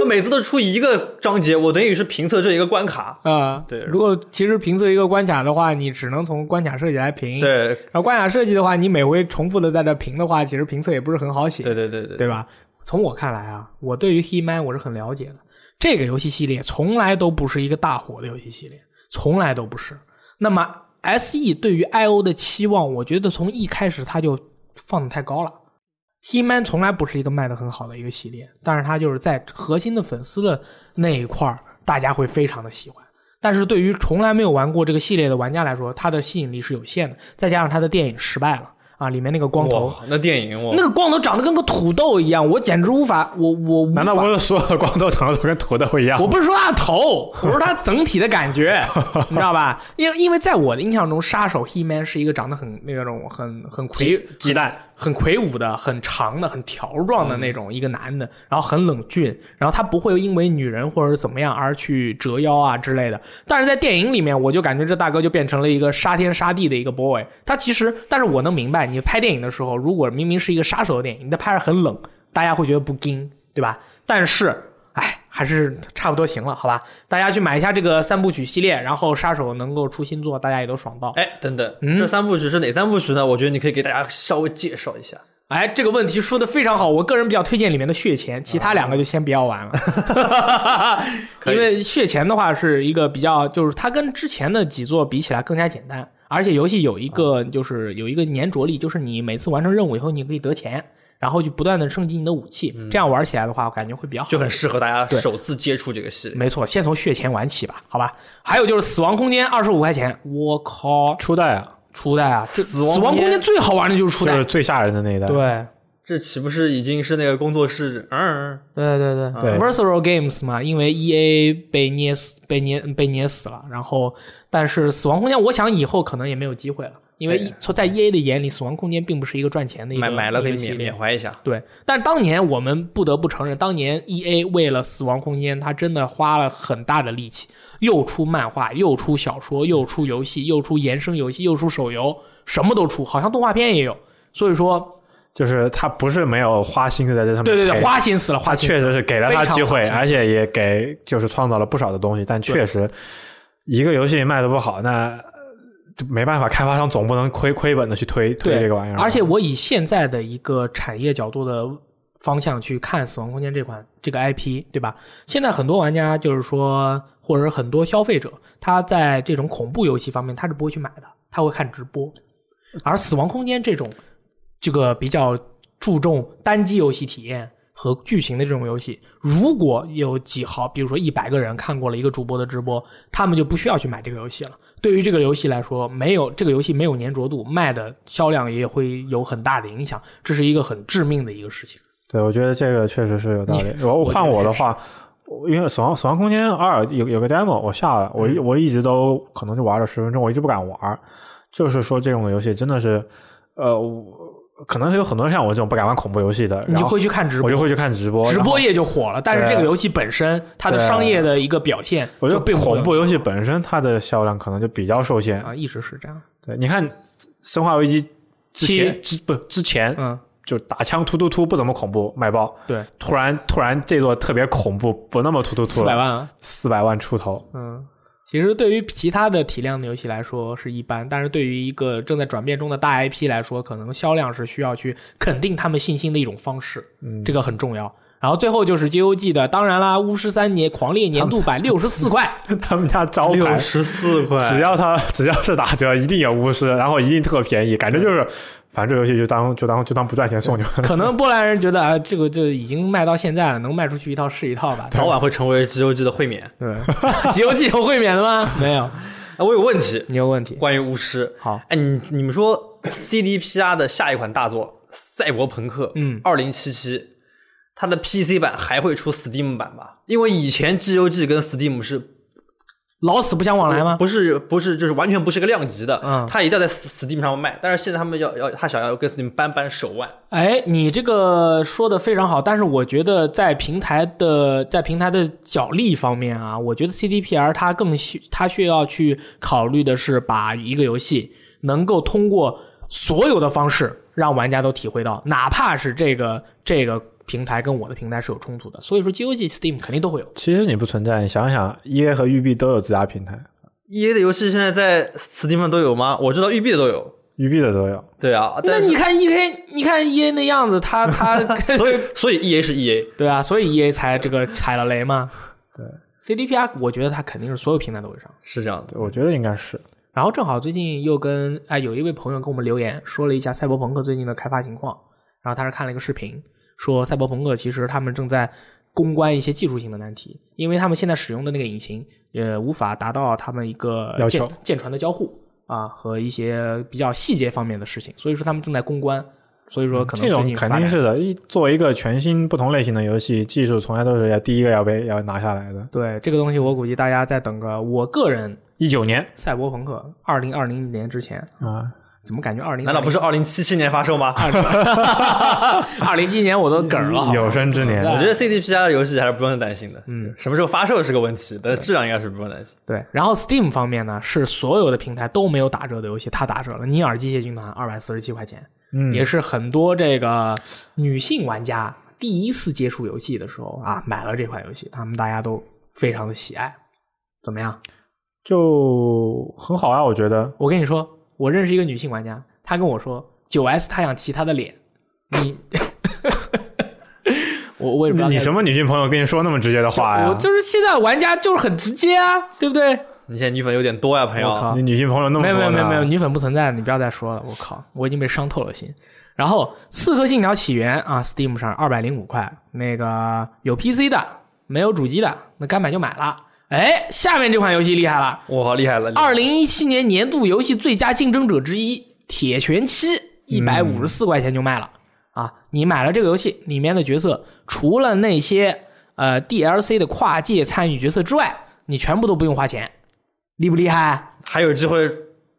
我每次都出一个章节，我等于是评测这一个关卡。啊。对如果其实评测一个关卡的话，你只能从关卡设计来评。。对，然后关卡设计的话，你每回重复的在这评的话，其实评测也不是很好写，对对对对嗯对吧？从我看来啊，我对于 He Man 我是很了解的。这个游戏系列从来都不是一个大火的游戏系列，从来都不是。那么 SE 对于 IO 的期望，我觉得从一开始它就放的太高了。He-Man 从来不是一个卖的很好的一个系列，但是它就是在核心的粉丝的那一块儿，大家会非常的喜欢。但是对于从来没有玩过这个系列的玩家来说，它的吸引力是有限的。再加上它的电影失败了啊，里面那个光头，哇，那电影我哦那个光头长得跟个土豆一样，我简直无法，我我无难道法不是说了光头长得都跟土豆一 <laughs> 样我？不是说他的 <laughs> 头，我说他整体的感觉，你知道吧？因为因为在我的印象中，杀手 He Man 是一个长得很那种很很魁鸡蛋，很魁梧的、很长的、很条状的那种一个男的，然后很冷峻，然后他不会因为女人或者是怎么样而去折腰啊之类的。但是在电影里面，我就感觉这大哥就变成了一个杀天杀地的一个 boy。他其实，但是我能明白，你拍电影的时候，如果明明是一个杀手的电影，你在拍着很冷，大家会觉得不精，对吧？但是，哎，还是差不多行了，好吧？大家去买一下这个三部曲系列，然后杀手能够出新作，大家也都爽到。哎，等等，嗯这三部曲是哪三部曲呢？我觉得你可以给大家稍微介绍一下。哎，这个问题说的非常好，我个人比较推荐里面的血钱，其他两个就先不要 <laughs> 玩了，啊可以因为血钱的话是一个比较，就是它跟之前的几座比起来更加简单，而且游戏有一啊个就是有一个粘着力，就是你每次完成任务以后你可以得钱，然后就不断的升级你的武器，这样玩起来的话，我感觉会比较好，嗯就很适合大家首次接触这个系列。没错，先从血钱玩起吧，好吧？还有就是死亡空间二十五块钱，我靠， <laughs> 初代啊，初代啊，这死亡死亡空空间间最好玩的就是初就代，是最吓人的那一代。，对。这岂不是已经是那个工作室？嗯，对对对对 v e r s a l Games 嘛，因为 E A 被捏死，被捏被捏死了。然后，但是《死亡空间》，我想以后可能也没有机会了，因为一从在 E A 的眼里，《死亡空间》并不是一个赚钱的一个哎买买了可以一个系缅列缅怀一下。对，但当年我们不得不承认，当年 E A 为了《死亡空间》，他真的花了很大的力气，又出漫画，又出小说，又出游戏，又出衍生游戏，又出手游，什么都出，好像动画片也有。所以说，就是他不是没有花心思在这上面对配，对对，花心思了，花他心思了确实是给了他机非会，常花而且也给就是创造了不少的东西，但确实一个游戏卖的不好，那呃就没办法，开发商总不能亏亏本的去推推对这个玩意儿啊吧。而且我以现在的一个产业角度的方向去看《死亡空间》这款这个 IP，对吧？现在很多玩家就是说，或者是很多消费者，他在这种恐怖游戏方面他是不会去买的，他会看直播。而《死亡空间》这种这个比较注重单机游戏体验，和剧情的这种游戏，如果有几毫，比如说一百个人看过了一个主播的直播，他们就不需要去买这个游戏了。对于这个游戏来说，没有这个游戏没有粘着度，卖的销量也会有很大的影响，这是一个很致命的一个事情。对，我觉得这个确实是有道理。然后换我的话，我因为《死亡死亡空间二》有有个 demo，我下了，嗯我一我一直都可能就玩了十分钟，我一直不敢玩。就是说，这种游戏真的是，呃，我可能有很多人像我这种不敢玩恐怖游戏的，你然就后会去看直播我就，会去看直播，直然后播业就火了，但是对这个游戏本身它的对商业的一个表现，我觉就得被忽恐略怖游戏本身它的销量可能就比较受限。啊，一直是这样。对，你看《生化危机》之前七之不之前嗯，就打枪突突突不怎么恐怖卖爆，对，突然突然这座特别恐怖不那么突突四突百了，万啊，四百万出头。 <laughs> 嗯。其实对于其他的体量的游戏来说是一般，但是对于一个正在转变中的大 IP 来说，可能销量是需要去肯定他们信心的一种方式，嗯这个很重要。然后最后就是 GOG 的，当然啦，《巫师三年狂猎年度版六十四 <laughs> 块，他们家招牌六，十四块，只要他 <laughs> 只要是打折，一定有巫师，然后一定特便宜，感觉就是，反正这游戏就当就当就当不赚钱送你们。 <laughs> 可能波兰人觉得啊，这个就已经卖到现在了，能卖出去一套是一套吧。早晚会成为 GOG 的会免。对，GOG 有会免的吗？没有，哎，我有问题，你有问题。关于巫师。好，哎，你你们说 CDPR 的下一款大作《赛博朋克》嗯二零七七，它的 PC 版还会出 Steam 版吧？因为以前 GOG 跟 Steam 是老死不相往来吗？不是不是，就是完全不是个量级的。嗯它一定要在 Steam 上卖，但是现在他们要要他想要跟 Steam 扳扳手腕。哎，你这个说的非常好，但是我觉得在平台的在平台的角力方面啊，我觉得 CDPR 它更需它需要去考虑的是把一个游戏能够通过所有的方式让玩家都体会到，哪怕是这个这个平台跟我的平台是有冲突的，所以说 GOG、Steam 肯定都会有。其实你不存在，你想想，EA 和育碧都有自家平台， EA E 的游戏现在在 Steam 上都有吗？我知道育碧的都有。育碧的都有。对啊， <laughs> 那但你是看 E K，你看 E A 那样子， <laughs> 他他所以所以 EA 是 EA，对啊，所以 E A 才这个踩了雷嘛。对 C D P R，我觉得它肯定是所有平台都会上。是这样的。对，我觉得应该是。然后正好最近又跟哎有一位朋友跟我们留言说了一下赛博朋克最近的开发情况，然后他是看了一个视频，说赛博朋克其实他们正在攻关一些技术性的难题，因为他们现在使用的那个引擎也无法达到他们一个要舰求舰船的交互啊和一些比较细节方面的事情，所以说他们正在攻关，所以说可能嗯这最种近肯发定展是的，一作为一个全新不同类型的游戏，技术从来都是要第一个要被要拿下来的。对这个东西，我估计大家再等个，我个人一九年赛博朋克二零二零年之前，啊，怎么感觉二零难道不是二零七七年发售 <laughs> 吗？二零一七年我都梗儿了？好吧嗯有生之年对我觉得 CDPR 游戏还是不用担心的。嗯，什么时候发售是个问题，但是质量应该是不用担心。对，然后 Steam 方面呢，是所有的平台都没有打折的游戏，它打折了。尼尔机械军团二百四十七块钱，嗯也是很多这个女性玩家第一次接触游戏的时候啊，买了这款游戏，他们大家都非常的喜爱。怎么样？就很好啊，我觉得。我跟你说，我认识一个女性玩家，她跟我说，九 S 她想骑她的脸， <laughs> 你，我我也不知道你该什么女性朋友跟你说那么直接的话呀？我就是现在玩家就是很直接啊，对不对？你现在女粉有点多呀，朋我靠友。你女性朋友那么没多有没有没呢。有没有，女粉不存在，你不要再说了，我靠，我已经被伤透了心。然后《刺客信条：起源》啊，Steam 上二百零五块，那个有 PC 的，没有主机的，那该买就买了。哎，下面这款游戏厉害了，我靠，厉害了！厉害了二零一七年年度游戏最佳竞争者之一《铁拳七》，一百五十四块钱就卖了、啊！你买了这个游戏里面的角色，除了那些呃 DLC 的跨界参与角色之外，你全部都不用花钱，厉不厉害？还有机会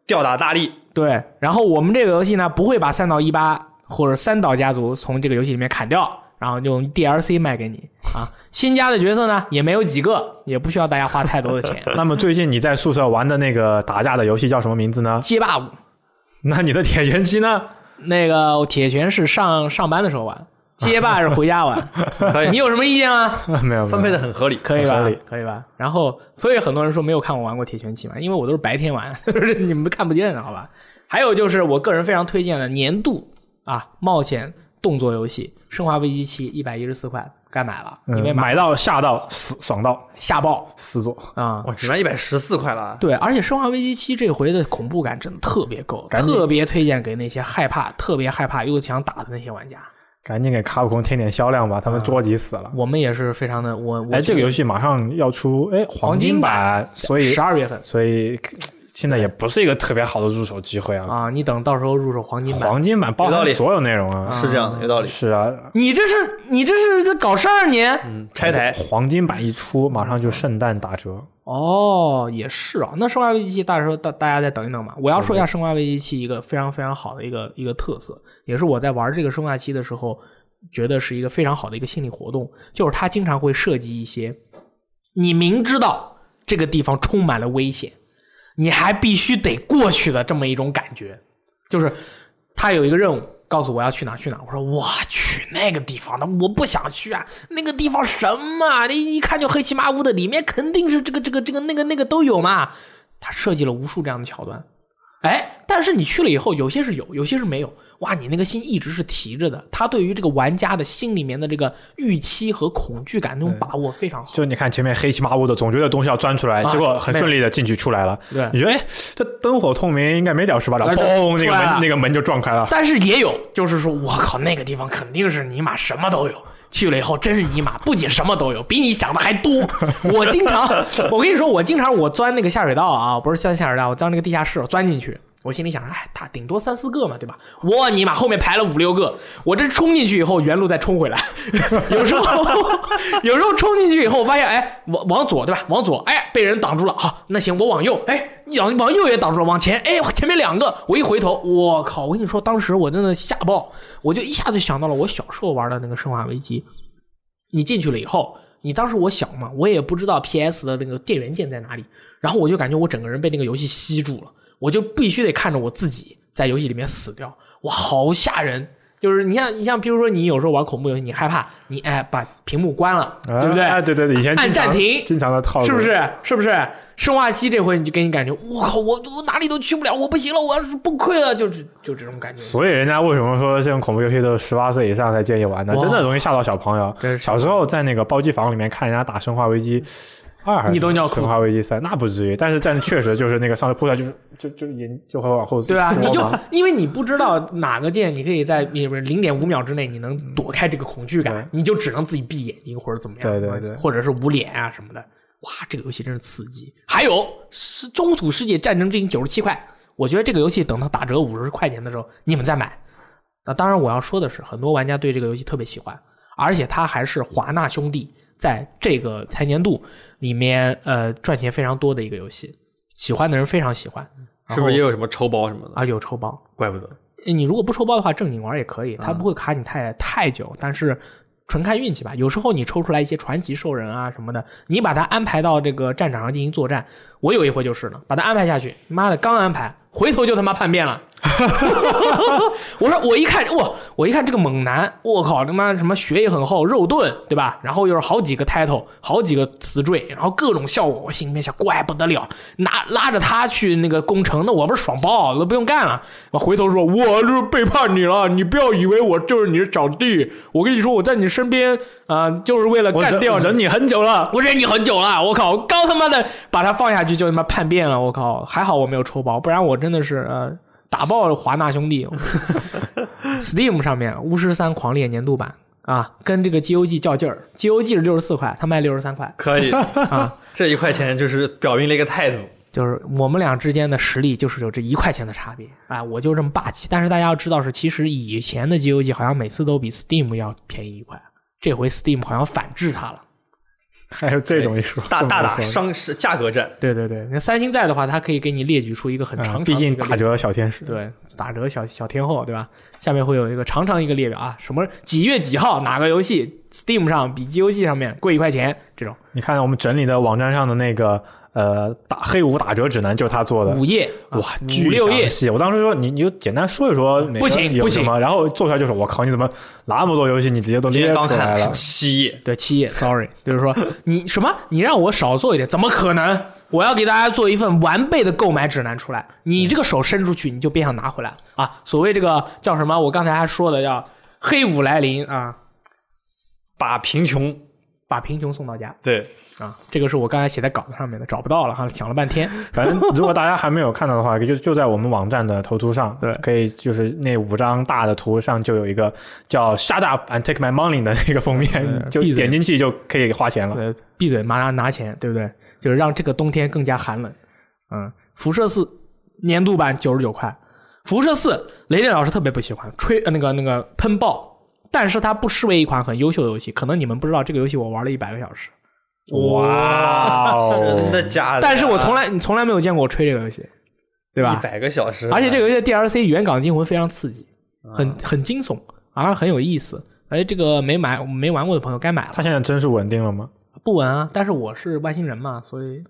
吊打大 <laughs> 力。对。然后我们这个游戏呢，不会把三岛一八或者三岛家族从这个游戏里面砍掉。然后用 DLC 卖给你啊， <laughs> 新加的角色呢也没有几个，也不需要大家花太多的钱 <laughs> 那么最近你在宿舍玩的那个打架的游戏叫什么名字呢？ <laughs> 街霸五那你的铁拳七呢？ <laughs> 那个我铁拳是上上班的时候玩，街霸是回家玩。可以你有什么意见啊吗？没有没有分配的很合理。可以很吧合理？可以吧？然后，所以很多人说没有看我玩过铁拳七嘛，因为我都是白天玩， <laughs> 你们看不见的好吧？还有就是我个人非常推荐的年度啊冒险动作游戏《生化危机七》，一百一十四块，该买了，因为嗯买买到吓到死爽到吓爆四座，啊！哇，只卖一百十四块了，啊对，而且《生化危机七》这回的恐怖感真的特别够，赶紧特别推荐给那些害怕、特别害怕又想打的那些玩家。赶紧给卡普空添点销量吧，他们着急死了。我们也是非常的我我哎，这个游戏马上要出哎黄金版，所以十二月份所以现在也不是一个特别好的入手机会啊。啊，你等到时候入手黄金版，黄金版包有道含理所有内容嗯啊，是这样的，有道理。是啊，你这是你这是在搞事儿你？拆台，黄金版一出，马上就圣诞打折。哦，也是啊。那《生化危机七》大家说大大家再等一等吧。我要说一下《生化危机七》一个非常非常好的一个一个特色，也是我在玩这个《生化七》的时候觉得是一个非常好的一个心理活动，就是它经常会设计一些你明知道这个地方充满了危险，你还必须得过去的这么一种感觉，就是他有一个任务。告诉我要去哪儿去哪儿，我说我去那个地方，那我不想去啊！那个地方什么啊？那一看就黑漆麻乌的，里面肯定是这个这个这个那个那个都有嘛。他设计了无数这样的桥段，哎，但是你去了以后，有些是有，有些是没有。哇，你那个心一直是提着的。他对于这个玩家的心里面的这个预期和恐惧感那种把握非常好。就你看前面黑漆麻乌的，总觉得东西要钻出来，啊结果很顺利的进去出来了。对你觉得哎，这灯火通明，应该没屌事吧？然后哎嘣，出那个来门了那个门就撞开了。但是也有，就是说我靠，那个地方肯定是尼玛什么都有。去了以后真是尼玛，不仅什么都有，比你想的还多。我经常，我跟你说，我经常我钻那个下水道啊，不是钻下水道，我钻那个地下室，我钻进去。我心里想，哎，他顶多三四个嘛，对吧？我尼玛后面排了五六个，我这冲进去以后，原路再冲回来。有时候，有时候冲进去以后，发现，哎，往往左对吧？往左，哎，被人挡住了。好，那行，我往右，哎，往往右也挡住了，往前，哎，前面两个，我一回头，我靠！我跟你说，当时我真的吓爆，我就一下子想到了我小时候玩的那个《生化危机》。你进去了以后，你当时我小嘛，我也不知道 PS 的那个电源键在哪里，然后我就感觉我整个人被那个游戏吸住了，我就必须得看着我自己在游戏里面死掉，哇，好吓人！就是你像你像，比如说你有时候玩恐怖游戏，你害怕，你哎把屏幕关了，对不对？哎，对对对，以前按经常暂停经常的套路，是不是？是不是？生化七这回你就给你感觉，我靠，我我哪里都去不了，我不行了，我要是崩溃了，就是就这种感觉。所以人家为什么说这种恐怖游戏都是十八岁以上才建议玩呢？哇真的容易吓到小朋友真。是小时候在那个包机房里面看人家打《生化危机二》还是什么，你都尿裤子生化危机三》，那不至于，但是但确实就是那个上次扑下去就就就眼就会往后对啊，缩你就嘛因为你不知道哪个键，你可以在也不是零点五秒之内，你能躲开这个恐惧对感，你就只能自己闭眼睛或者怎么样，对对对或者是捂脸啊什么的。哇，这个游戏真是刺激！还有是《中土世界战争之影》九十七块，我觉得这个游戏等它打折五十块钱的时候，你们再买。那当然，我要说的是，很多玩家对这个游戏特别喜欢，而且它还是华纳兄弟在这个财年度里面呃赚钱非常多的一个游戏，喜欢的人非常喜欢。是不是也有什么抽包什么的？啊，有抽包，怪不得你如果不抽包的话，正经玩也可以，它不会卡你太太久，但是纯看运气吧。有时候你抽出来一些传奇兽人啊什么的，你把它安排到这个战场上进行作战。我有一回就是呢，把它安排下去，妈的刚安排，回头就他妈叛变了。 <laughs> 我说我一看，哇，我一看这个猛男，我靠他妈什么血也很厚，肉盾对吧？然后又是好几个 title，好几个词缀，然后各种效果，我心里面想，怪不得了，拿拉着他去那个攻城，那我不是爽爆了，都不用干了。我回头说，我就是背叛你了，你不要以为我就是你的小弟，我跟你说，我在你身边啊、呃就是为了我干忍掉我你。忍你很久 <laughs> 了。我忍你很久了，我靠，我刚他妈的把他放下去就他妈叛变了，我靠，还好我没有抽包，不然我真的是呃打爆了华纳兄 <laughs> 弟。Steam 上面《巫师三狂猎》年度版啊，跟这个 GOG 较劲儿，GOG 是六十四块，他卖六十三块，可以啊， <laughs> 这一块钱就是表明了一个态度。就是我们俩之间的实力就是有这一块钱的差别啊，我就这么霸气。但是大家要知道是，其实以前的 GOG 好像每次都比 Steam 要便宜一块，这回 Steam 好像反制它了。还有这种一说，大这么大 <laughs> 打说商是价格战，对对对，那三星在的话，它可以给你列举出一个很长长嗯的毕一个列竟表、打折小天使。对，打折小小天后，对吧？下面会有一个长长一个列表啊，什么几月几号哪个游戏 Steam 上比 GOG 上面贵一块钱这种。你看我们整理的网站上的那个呃打黑五打折指南，就是他做的。五页啊哇，五六页巨详细！我当时说你，你就简单说一说，不行不行，然后做出来就是我靠，你怎么那么多游戏，你直接都今列天出刚看来了是 <laughs> 了？七页，对七页，sorry，就是说你什么你让我少做一点，怎么可能？我要给大家做一份完备的购买指南出来，你这个手伸出去，你就别想拿回来了啊！所谓这个叫什么？我刚才还说的叫黑五来临啊，把贫穷把贫穷送到家对，啊！这个是我刚才写在稿子上面的，找不到了哈，想了半天。反正如果大家还没有看到的话，就就在我们网站的头图上，对可以就是那五张大的图上就有一个叫 “Shut up and take my money” 的那个封面，对就闭嘴点进去就可以花啊钱了。呃，闭嘴，马上拿钱，对不对？就是让这个冬天更加寒冷。嗯，辐射四年度版九十九块，辐射四雷电老师特别不喜欢，吹呃那个那个喷爆，但是它不失为一款很优秀的游戏。可能你们不知道，这个游戏我玩了一百个小时，哇真的哦！假的？但是我从来你从来没有见过我吹这个游戏，对吧一？百个小时，而且这个游戏的 DLC《原港惊魂》非常刺激，啊很很惊悚，而很有意思。而且这个没买没玩过的朋友该买了，他现在帧数稳定了吗？不稳啊！但是我是外星人嘛，所以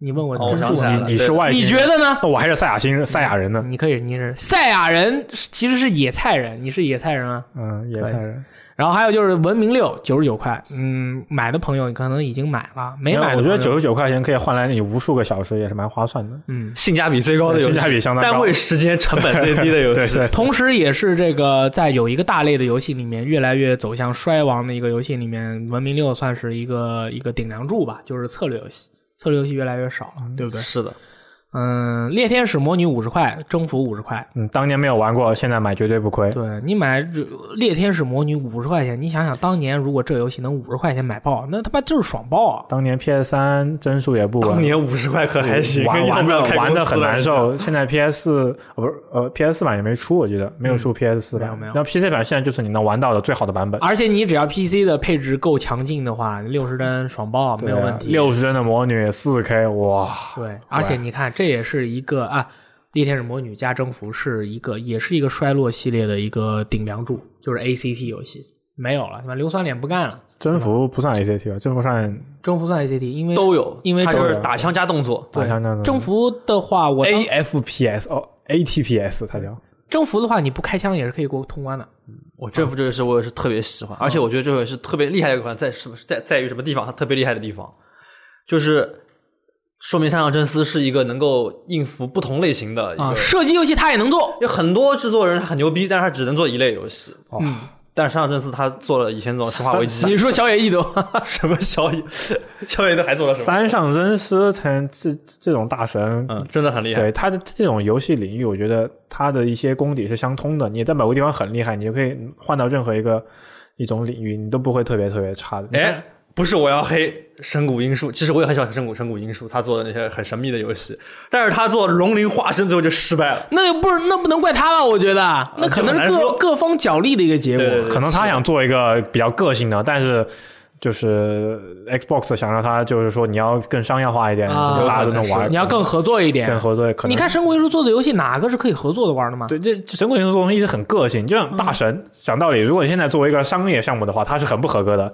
你问我哦真我想是起来稳了，啊你是对外星你人觉得呢？那我还是赛亚星人赛亚人啊呢。你可以，你是赛亚人，是其实是野菜人，你是野菜人啊。嗯，野菜人。然后还有就是文明六九十九块，嗯，买的朋友你可能已经买了，没买的我觉朋得友九十九块钱可以换来你无数个小时，也是蛮划算的。嗯，性价比最高的游戏，性价比相当高单位时间成本最低的游对戏，对同时也是这个在有一个大类的游戏里面越来越走向衰亡的一个游戏里面，文明六算是一个一个顶梁柱吧，就是策略游戏，策略游戏越来越少了，对不对？是的，嗯，猎天使魔女五十块，征服五十块，嗯，当年没有玩过，现在买绝对不亏。对你买这猎天使魔女五十块钱，你想想当年如果这游戏能五十块钱买爆，那他妈就是爽爆啊！当年 PS 三帧数也不稳，当年五十块可还行，玩跟要玩不要的开玩公的司很了难。受。现在 PS 四不是呃 PS 四版也没出，我记得没有出 PS 四嗯版没有，没有啊那 PC 版现在就是你能玩到的最好的版本，而且你只要 PC 的配置够强劲的话，六十帧爽爆没有问题。啊六十帧的魔女四 K，哇！对，而且你看，这也是一个啊，猎天使魔女加征服是一个，也是一个衰落系列的一个顶梁柱，就是 ACT 游戏没有了，他妈硫酸脸不干了，征服不嗯算 ACT 吧？征服算征服算 ACT，因为都有，因为它都就是有打枪加动作，打枪战的征服的话，我哎当 AFPS 哦 ATPS 它叫。征服的话，你不开枪也是可以过通关的。我征服这个是我也是特别喜欢，而且我觉得这个是特别厉害的一款，在什么在在于什么地方？它特别厉害的地方，就是说明山上真司是一个能够应付不同类型的一啊，个。射击游戏它也能做，有很多制作人很牛逼，但是他只能做一类游戏。哦嗯，但是山上真司他做了以前做《生化危机》 <laughs> 你说小野义斗， <laughs> 什么小野，小野都还做了什么？三上真司才这这种大神，嗯，真的很厉害。对他的这种游戏领域，我觉得他的一些功底是相通的。你在某个地方很厉害，你就可以换到任何一个一种领域，你都不会特别特别差的。你像哎，不是我要黑神谷英树，其实我也很喜欢神谷神谷英树，他做的那些很神秘的游戏，但是他做龙鳞化身最后就失败了。那就不是那不能怪他吧？我觉得啊那可能这很难是各说各方角力的一个结果。对对对可能他想做一个比较个性的，但是就是 Xbox 想让他就是说你要更商业化一点，啊大家都能玩，你要更合作一点更。合作。可能你看神谷英树做的游戏，哪个是可以合作的玩的吗？对，这这神鬼英雄这种东西是很个性，就像大神。嗯讲道理，如果你现在作为一个商业项目的话，它是很不合格的。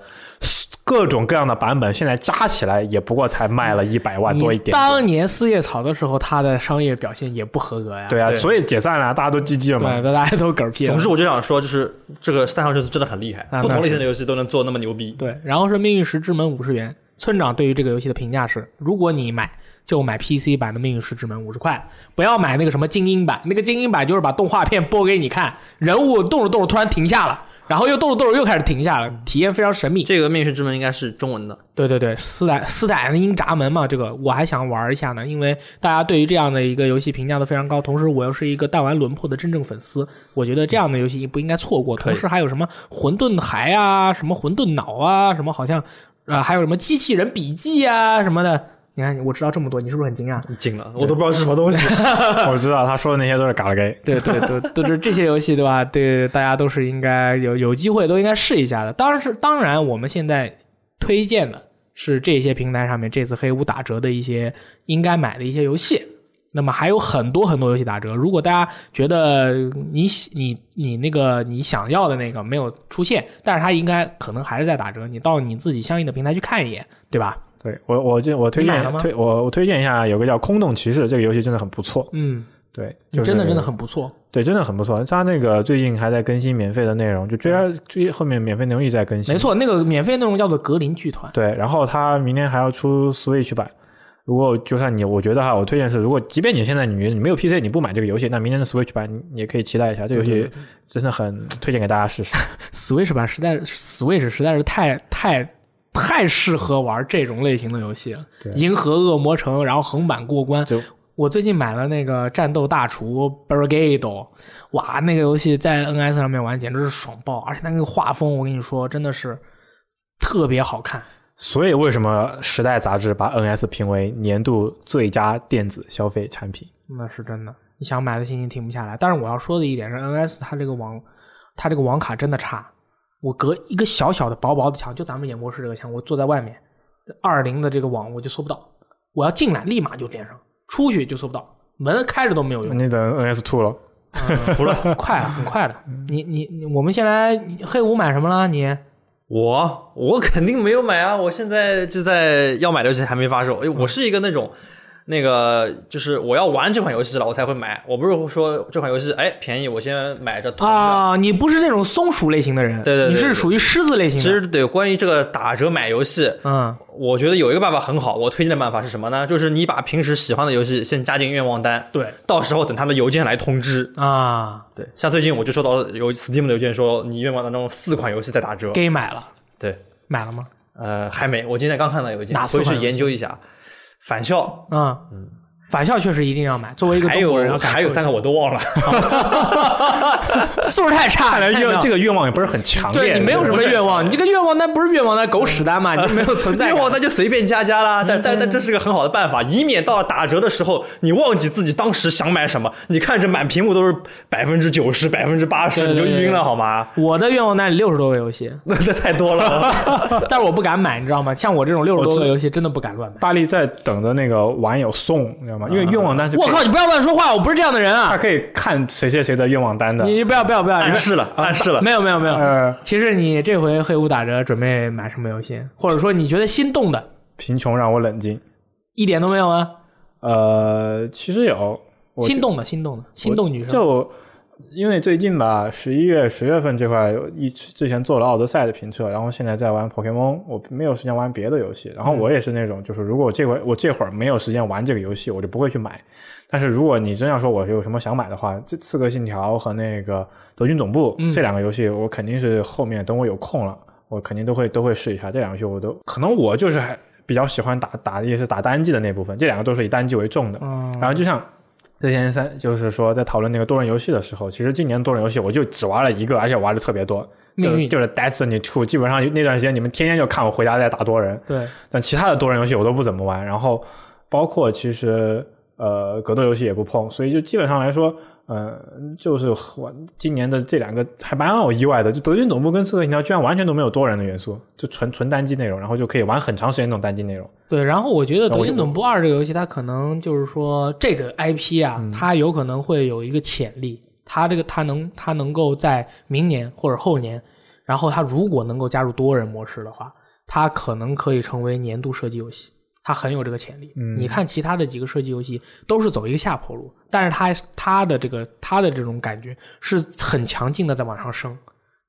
各种各样的版本现在加起来也不过才卖了一百万多一你点点。当年四叶草的时候，他的商业表现也不合格呀。对啊，对所以解散了，大家都 GG 了嘛。对，大家都嗝屁了。总之，我就想说，就是这个三上这次真的很厉害那，不同类型的游戏都能做那么牛逼。对，然后是命运石之门五十元。村长对于这个游戏的评价是：如果你买，就买 PC 版的《命运石之门》五十块，不要买那个什么精英版。那个精英版就是把动画片播给你看，人物动着动着突然停下了，然后又动着动着又开始停下了，体验非常神秘。这个《命运石之门》应该是中文的，对对对，斯坦斯坦因闸门嘛，这个我还想玩一下呢，因为大家对于这样的一个游戏评价都非常高，同时我又是一个弹丸轮破的真正粉丝，我觉得这样的游戏不应该错过。可以同时还有什么混沌骸啊，什么混沌脑啊，什么好像呃还有什么机器人笔记啊什么的，你看我知道这么多，你是不是很惊讶？惊了，我都不知道是什么东西。 <laughs> 我知道他说的那些都是嘎啦 gay。对对对，都是这些游戏对吧？对，大家都是应该有有机会都应该试一下的。当然是当然，我们现在推荐的是这些平台上面这次黑五打折的一些应该买的一些游戏。那么还有很多很多游戏打折，如果大家觉得你你你那个你想要的那个没有出现，但是它应该可能还是在打折，你到你自己相应的平台去看一眼，对吧？对我，我就我推你买了荐吗推我我推荐一下，有个叫《空洞骑士》这个游戏真的很不错。嗯，对，就是、真的真的很不错。对，真的很不错。他那个最近还在更新免费的内容，就追追后面免费内容一直在更新。没错，那个免费内容叫做格林剧团。对，然后它明年还要出 Switch 版。如果就算你，我觉得哈，我推荐是，如果即便你现在你你没有 PC，你不买这个游戏，那明年的 Switch 版你你也可以期待一下。这个游对戏真的很推荐给大家试试。 <laughs> Switch 版实在 Switch 实在是太太太适合玩这种类型的游戏了对，银河恶魔城，然后横版过关就。我最近买了那个《战斗大厨 Brigade》，哇，那个游戏在 NS 上面玩简直是爽爆，而且那个画风，我跟你说，真的是特别好看。所以为什么《时代》杂志把 NS 评为年度最佳电子消费产品？那是真的，你想买的心情停不下来。但是我要说的一点是，NS 它这个网，它这个网卡真的差。我隔一个小小的薄薄的墙，就咱们演播室这个墙，我坐在外面，二零的这个网我就搜不到。我要进来立马就连上，出去就搜不到，门开着都没有 <laughs> 用。你等 NS Two 了，服了，快啊，很快的。嗯你你你我们先来黑五买什么了？你我我肯定没有买啊！我现在就在要买的游戏还没发售。哎，我是一个那种，那个就是我要玩这款游戏了，我才会买。我不是说这款游戏哎便宜，我先买着囤着。啊，你不是那种松鼠类型的人，对对对你对是属于狮子类型其的。实对关于这个打折买游戏，嗯，我觉得有一个办法很好，我推荐的办法是什么呢？就是你把平时喜欢的游戏先加进愿望单，对到时候等他的邮件来通知。啊，对，像最近我就收到有 Steam 的邮件说你愿望当中四款游戏在打折。给买了，对，买了吗？呃，还没，我今天刚看到邮件哪，四回款去游戏研究一下。返校嗯，返校确实一定要买，作为一个还中国人有要感还有受一三个下我都 <laughs> 忘了，素质太差，看来太妙愿了这个愿望也不是很强烈。对你没有什么愿望，你这个愿望那不是愿望，那狗 <laughs> 屎蛋嘛，你就没有存在愿感。望哎那就随便加加啦。但但嗯但这是个很好的办法，以免到了打折的时候，你忘记自己当时想买什么，你看着满屏幕都是百分之九十、百分之八十，对你就对对晕对了好吗？我的愿望单里六十多个 <laughs> 游戏，那那太多了。 <laughs> 但是我不敢买，你知道吗？像我这种六十多我个知游戏，真的不敢乱买。大力在等着那个网友送，你知道吗？因为愿望单是可以我靠，，你不要乱说话，我不是这样的人他啊！可以看谁谁谁的愿望单的。你不要不要不要，你暗示了，暗示了。啊哎没有没有没有。呃，其实你这回黑五打折准备买什么游戏，或者说你觉得心动的，贫穷让我冷静。一点都没有吗？呃，其实有我心动的，心动的，心动女生。就因为最近吧，十一月、十月份这块一之前做了《奥德赛》的评测，然后现在在玩 Pokemon，我没有时间玩别的游戏。然后嗯我也是那种，就是如果我这会我这会儿没有时间玩这个游戏，我就不会去买。但是如果你真要说我有什么想买的话，这《刺客信条》和那个《德军总部》嗯这两个游戏，我肯定是后面等我有空了，我肯定都会都会试一下。这两个游戏我都可能我就是还比较喜欢打打也是打单机的那部分，这两个都是以单机为重的。嗯然后就像之前三，就是说在讨论那个多人游戏的时候，其实今年多人游戏我就只玩了一个，而且玩的特别多，就命运就是 Destiny Two，基本上那段时间你们天天就看我回家在打多人，对，但其他的多人游戏我都不怎么玩，然后包括其实呃格斗游戏也不碰，所以就基本上来说，呃，就是我今年的这两个还蛮让我意外的，就德军总部跟刺客信条居然完全都没有多人的元素，就纯纯单机内容，然后就可以玩很长时间那种单机内容。对，然后我觉得《那我德就军总部二》这个游戏，它可能就是说这个 IP 啊，嗯它有可能会有一个潜力，它这个它能它能够在明年或者后年，然后它如果能够加入多人模式的话，它可能可以成为年度射击游戏，它很有这个潜力。嗯你看其他的几个射击游戏都是走一个下坡路，但是它它的这个它的这种感觉是很强劲的在往上升。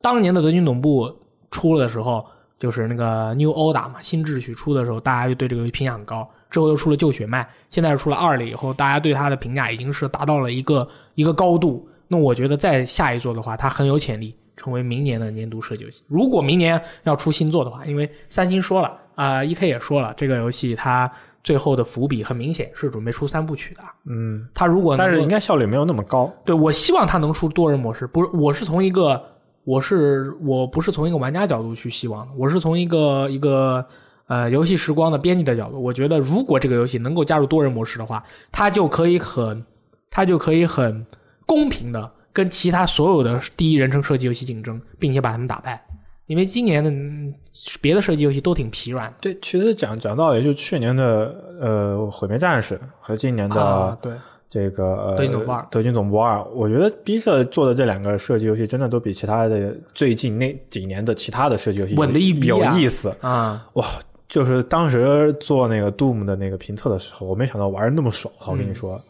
当年的德军总部出了的时候，就是那个 New Order 嘛，新秩序出的时候，大家就对这个游戏评价很高。之后又出了旧血脉，现在出了二了以后，大家对它的评价已经是达到了一个一个高度。那我觉得再下一座的话，它很有潜力成为明年的年度射击游戏。如果明年要出新作的话，因为三星说了啊、e K 也说了，这个游戏它最后的伏笔很明显是准备出三部曲的。啊嗯，它如果能但是够应该效率没有那么高。对我希望它能出多人模式，不是，我是从一个，我是我不是从一个玩家角度去希望的，我是从一个一个呃游戏时光的编辑的角度，我觉得如果这个游戏能够加入多人模式的话，它就可以很，它就可以很公平的跟其他所有的第一人称射击游戏竞争，并且把他们打败，因为今年的嗯别的射击游戏都挺疲软对，其实讲讲道理，就去年的呃《毁灭战士》和今年的的，啊对，这个、呃、德军总部二德军总部二，我觉得 B 社做的这两个射击游戏真的都比其他的最近那几年的其他的射击游戏稳得一逼有啊意思。啊，就是当时做那个 Doom 的那个评测的时候，我没想到玩的那么爽，啊我跟嗯你说，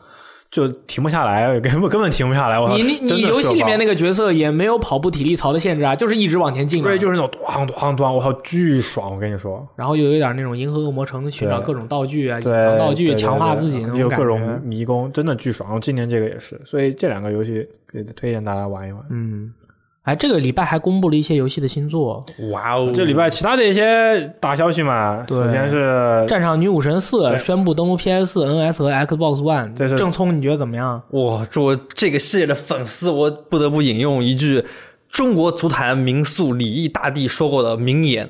就停不下来，根本根本停不下来。我你你你游戏里面那个角色也没有跑步体力槽的限制啊，就是一直往前进、啊，对，就是那种咣咣咣，我操，巨爽！我跟你说，然后又有点那种银河恶魔城寻找对各种道具啊、隐对，藏道具、对对强化对自己那种有各感种觉。迷宫，真的巨爽。今年这个也是，所以这两个游戏给推荐大家玩一玩。嗯，哎，这个礼拜还公布了一些游戏的新作，哇哦，这礼拜其他的一些大消息嘛，对首先是《战场女武神四》宣布登陆 PS、NS 和 Xbox One。这是郑聪，你觉得怎么样？我祝这个系列的粉丝，我不得不引用一句中国足坛名宿李毅大帝说过的名言：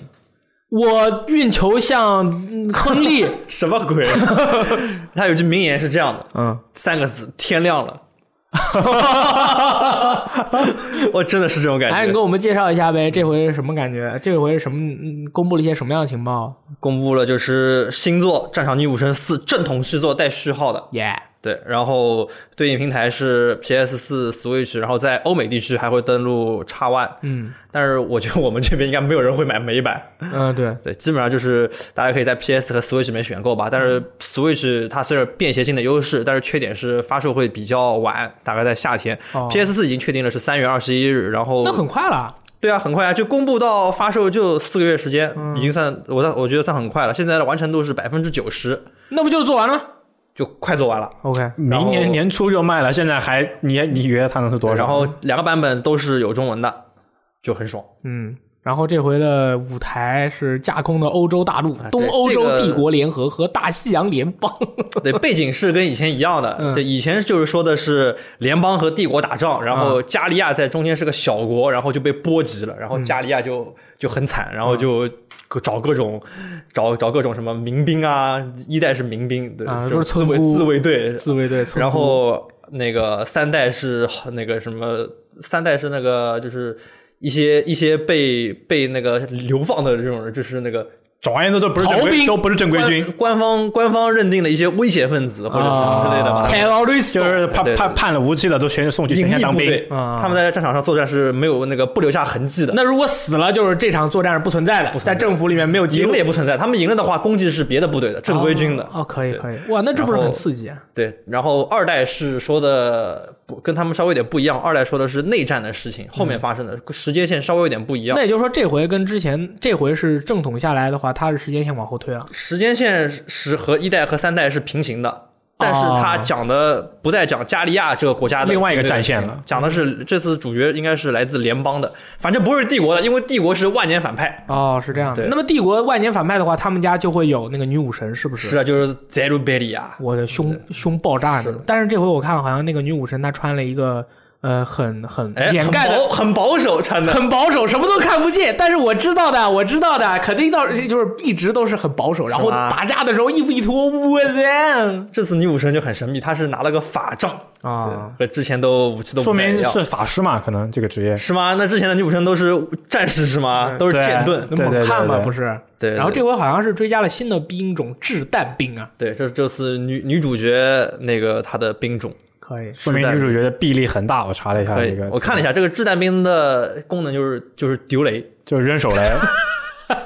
我运球像嗯亨 <laughs> 利，什么 <laughs> 鬼？他有句名言是这样的， <laughs> 嗯，三个字：天亮了。我真的是这种感来，哎你觉给。我们介绍一下呗，这回是什么感觉？这回是什么？嗯公布了一些什么样的情报？公布了就是新作《战场女武神四》正统续作带序号的，耶、对，然后对应平台是 PS 四、Switch，然后在欧美地区还会登陆 X One。嗯但是我觉得我们这边应该没有人会买美版，嗯、对，对，基本上就是大家可以在 PS 和 Switch 里面选购吧。但嗯是 Switch 它虽然有便携性的优势，但是缺点是发售会比较晚，大概在夏天。哦 PS 四已经确定了是三月二十一日，然后那很快了。对啊，很快啊，就公布到发售就四个月时间，嗯已经算我算我觉得算很快了。现在的完成度是百分之九十，那不就是做完了就快做完了。 ？OK，然明后年年初就卖了，现在还你你觉得它能是多对少？然后两个版本都是有中文的，就很爽。嗯，然后这回的舞台是架空的欧洲大陆，啊对东欧洲这个帝国联合和大西洋联邦。 <laughs> 对，背景是跟以前一样的嗯，对，以前就是说的是联邦和帝国打仗，然嗯后加利亚在中间是个小国，然后就被波及了，然后加利亚就就很惨，然后嗯就各找各种找找各种什么民兵啊，一代是民兵，对啊，就都是是自村卫姑自卫队， <laughs> 自卫队，然后那个三代是那个什么，三代是那个就是一些一些被被那个流放的这种人，就是那个总而言之都不是正逃规，兵都不是正规军，官方官方认定的一些危险分子或者是之类的吧。啊他们 terrorist 就是判对对判判了无期的都全送去前隐线匿当部兵队，。啊他们在战场上作战是没有那个不留下痕迹的，那如果死了，就是这场作战是不存在的，在政府里面没有记赢录了。也不存在。他们赢了的话，攻击是别的部队的正规军的。哦，可以对可以，哇，那这不是然后很刺激啊？对，然后二代是说的不跟他们稍微有点不一样，二代说的是内战的事情，后嗯面发生的、时间线稍微有点不一样那。也就是说，这回跟之前这回是正统下来的话，它是时间线往后推啊。时间线是和一代和三代是平行的，但是它讲的不再讲加利亚这个国家的哦另外一个军队战线事情了，嗯讲的是这次主角应该是来自联邦的，反正不是帝国的，因为帝国是万年反派。哦，是这样的。对那么帝国万年反派的话，他们家就会有那个女武神，是不是？是啊，就是啊泽鲁贝利亚，我的胸胸爆炸是呢。但是这回我看好像那个女武神她穿了一个呃很很哎，掩很盖的。保很保守穿的， <laughs> 很保守，什么都看不见。但是我知道的，我知道的，肯定到就是一直都是很保守。然后打架的时候衣服一脱，我天这次女武神就很神秘，她是拿了个法杖，啊！和之前都武器都说不太一明样。是法师嘛，可能这个职业。是吗？那之前的女武神都是战士是吗？都是对剑盾。那对对么对看嘛，对不是？对，嗯然后这个回好像是追加了新的兵种掷弹兵啊，对，这这次女女主角那个她的兵种。可以。说明女主角的臂力很大，我查了一下可这以个，，我看了一下这个掷弹兵的功能就是就是丢雷，就是扔手雷。 <laughs>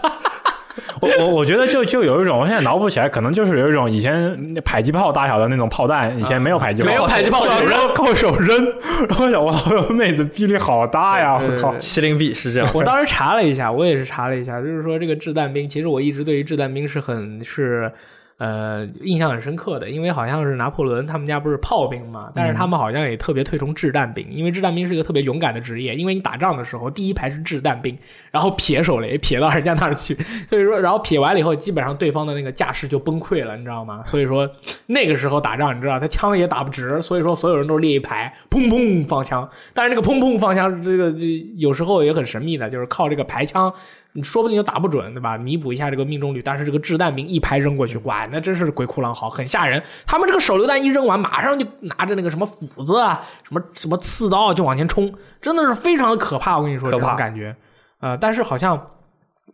我我我觉得就就有一种，我现在脑补起来，可能就是有一种以前迫击炮大小的那种炮弹，以前没有迫击炮，没有迫击炮然后靠手扔， <laughs> 然后想哇，妹子臂力好大呀！对对我靠对，麒麟臂是这样。我当时查了一下，我也是查了一下，就是说这个掷弹兵，其实我一直对于掷弹兵是很是呃印象很深刻的，因为好像是拿破仑他们家不是炮兵嘛，但是他们好像也特别推崇掷弹兵，因为掷弹兵是一个特别勇敢的职业，因为你打仗的时候第一排是掷弹兵，然后撇手雷撇到人家那儿去，所以说然后撇完了以后，基本上对方的那个架势就崩溃了，你知道吗？所以说那个时候打仗，你知道他枪也打不直，所以说所有人都列一排，砰砰放枪，但是这个砰砰放枪，这个这有时候也很神秘的，就是靠这个排枪，你说不定就打不准，对吧？弥补一下这个命中率。但是这个掷弹兵一排扔过去，哇，那真是鬼哭狼嚎，很吓人。他们这个手榴弹一扔完，马上就拿着那个什么斧子啊，什么什么刺刀啊就往前冲，真的是非常的可怕。我跟你说，可这怕种感觉，呃，但是好像。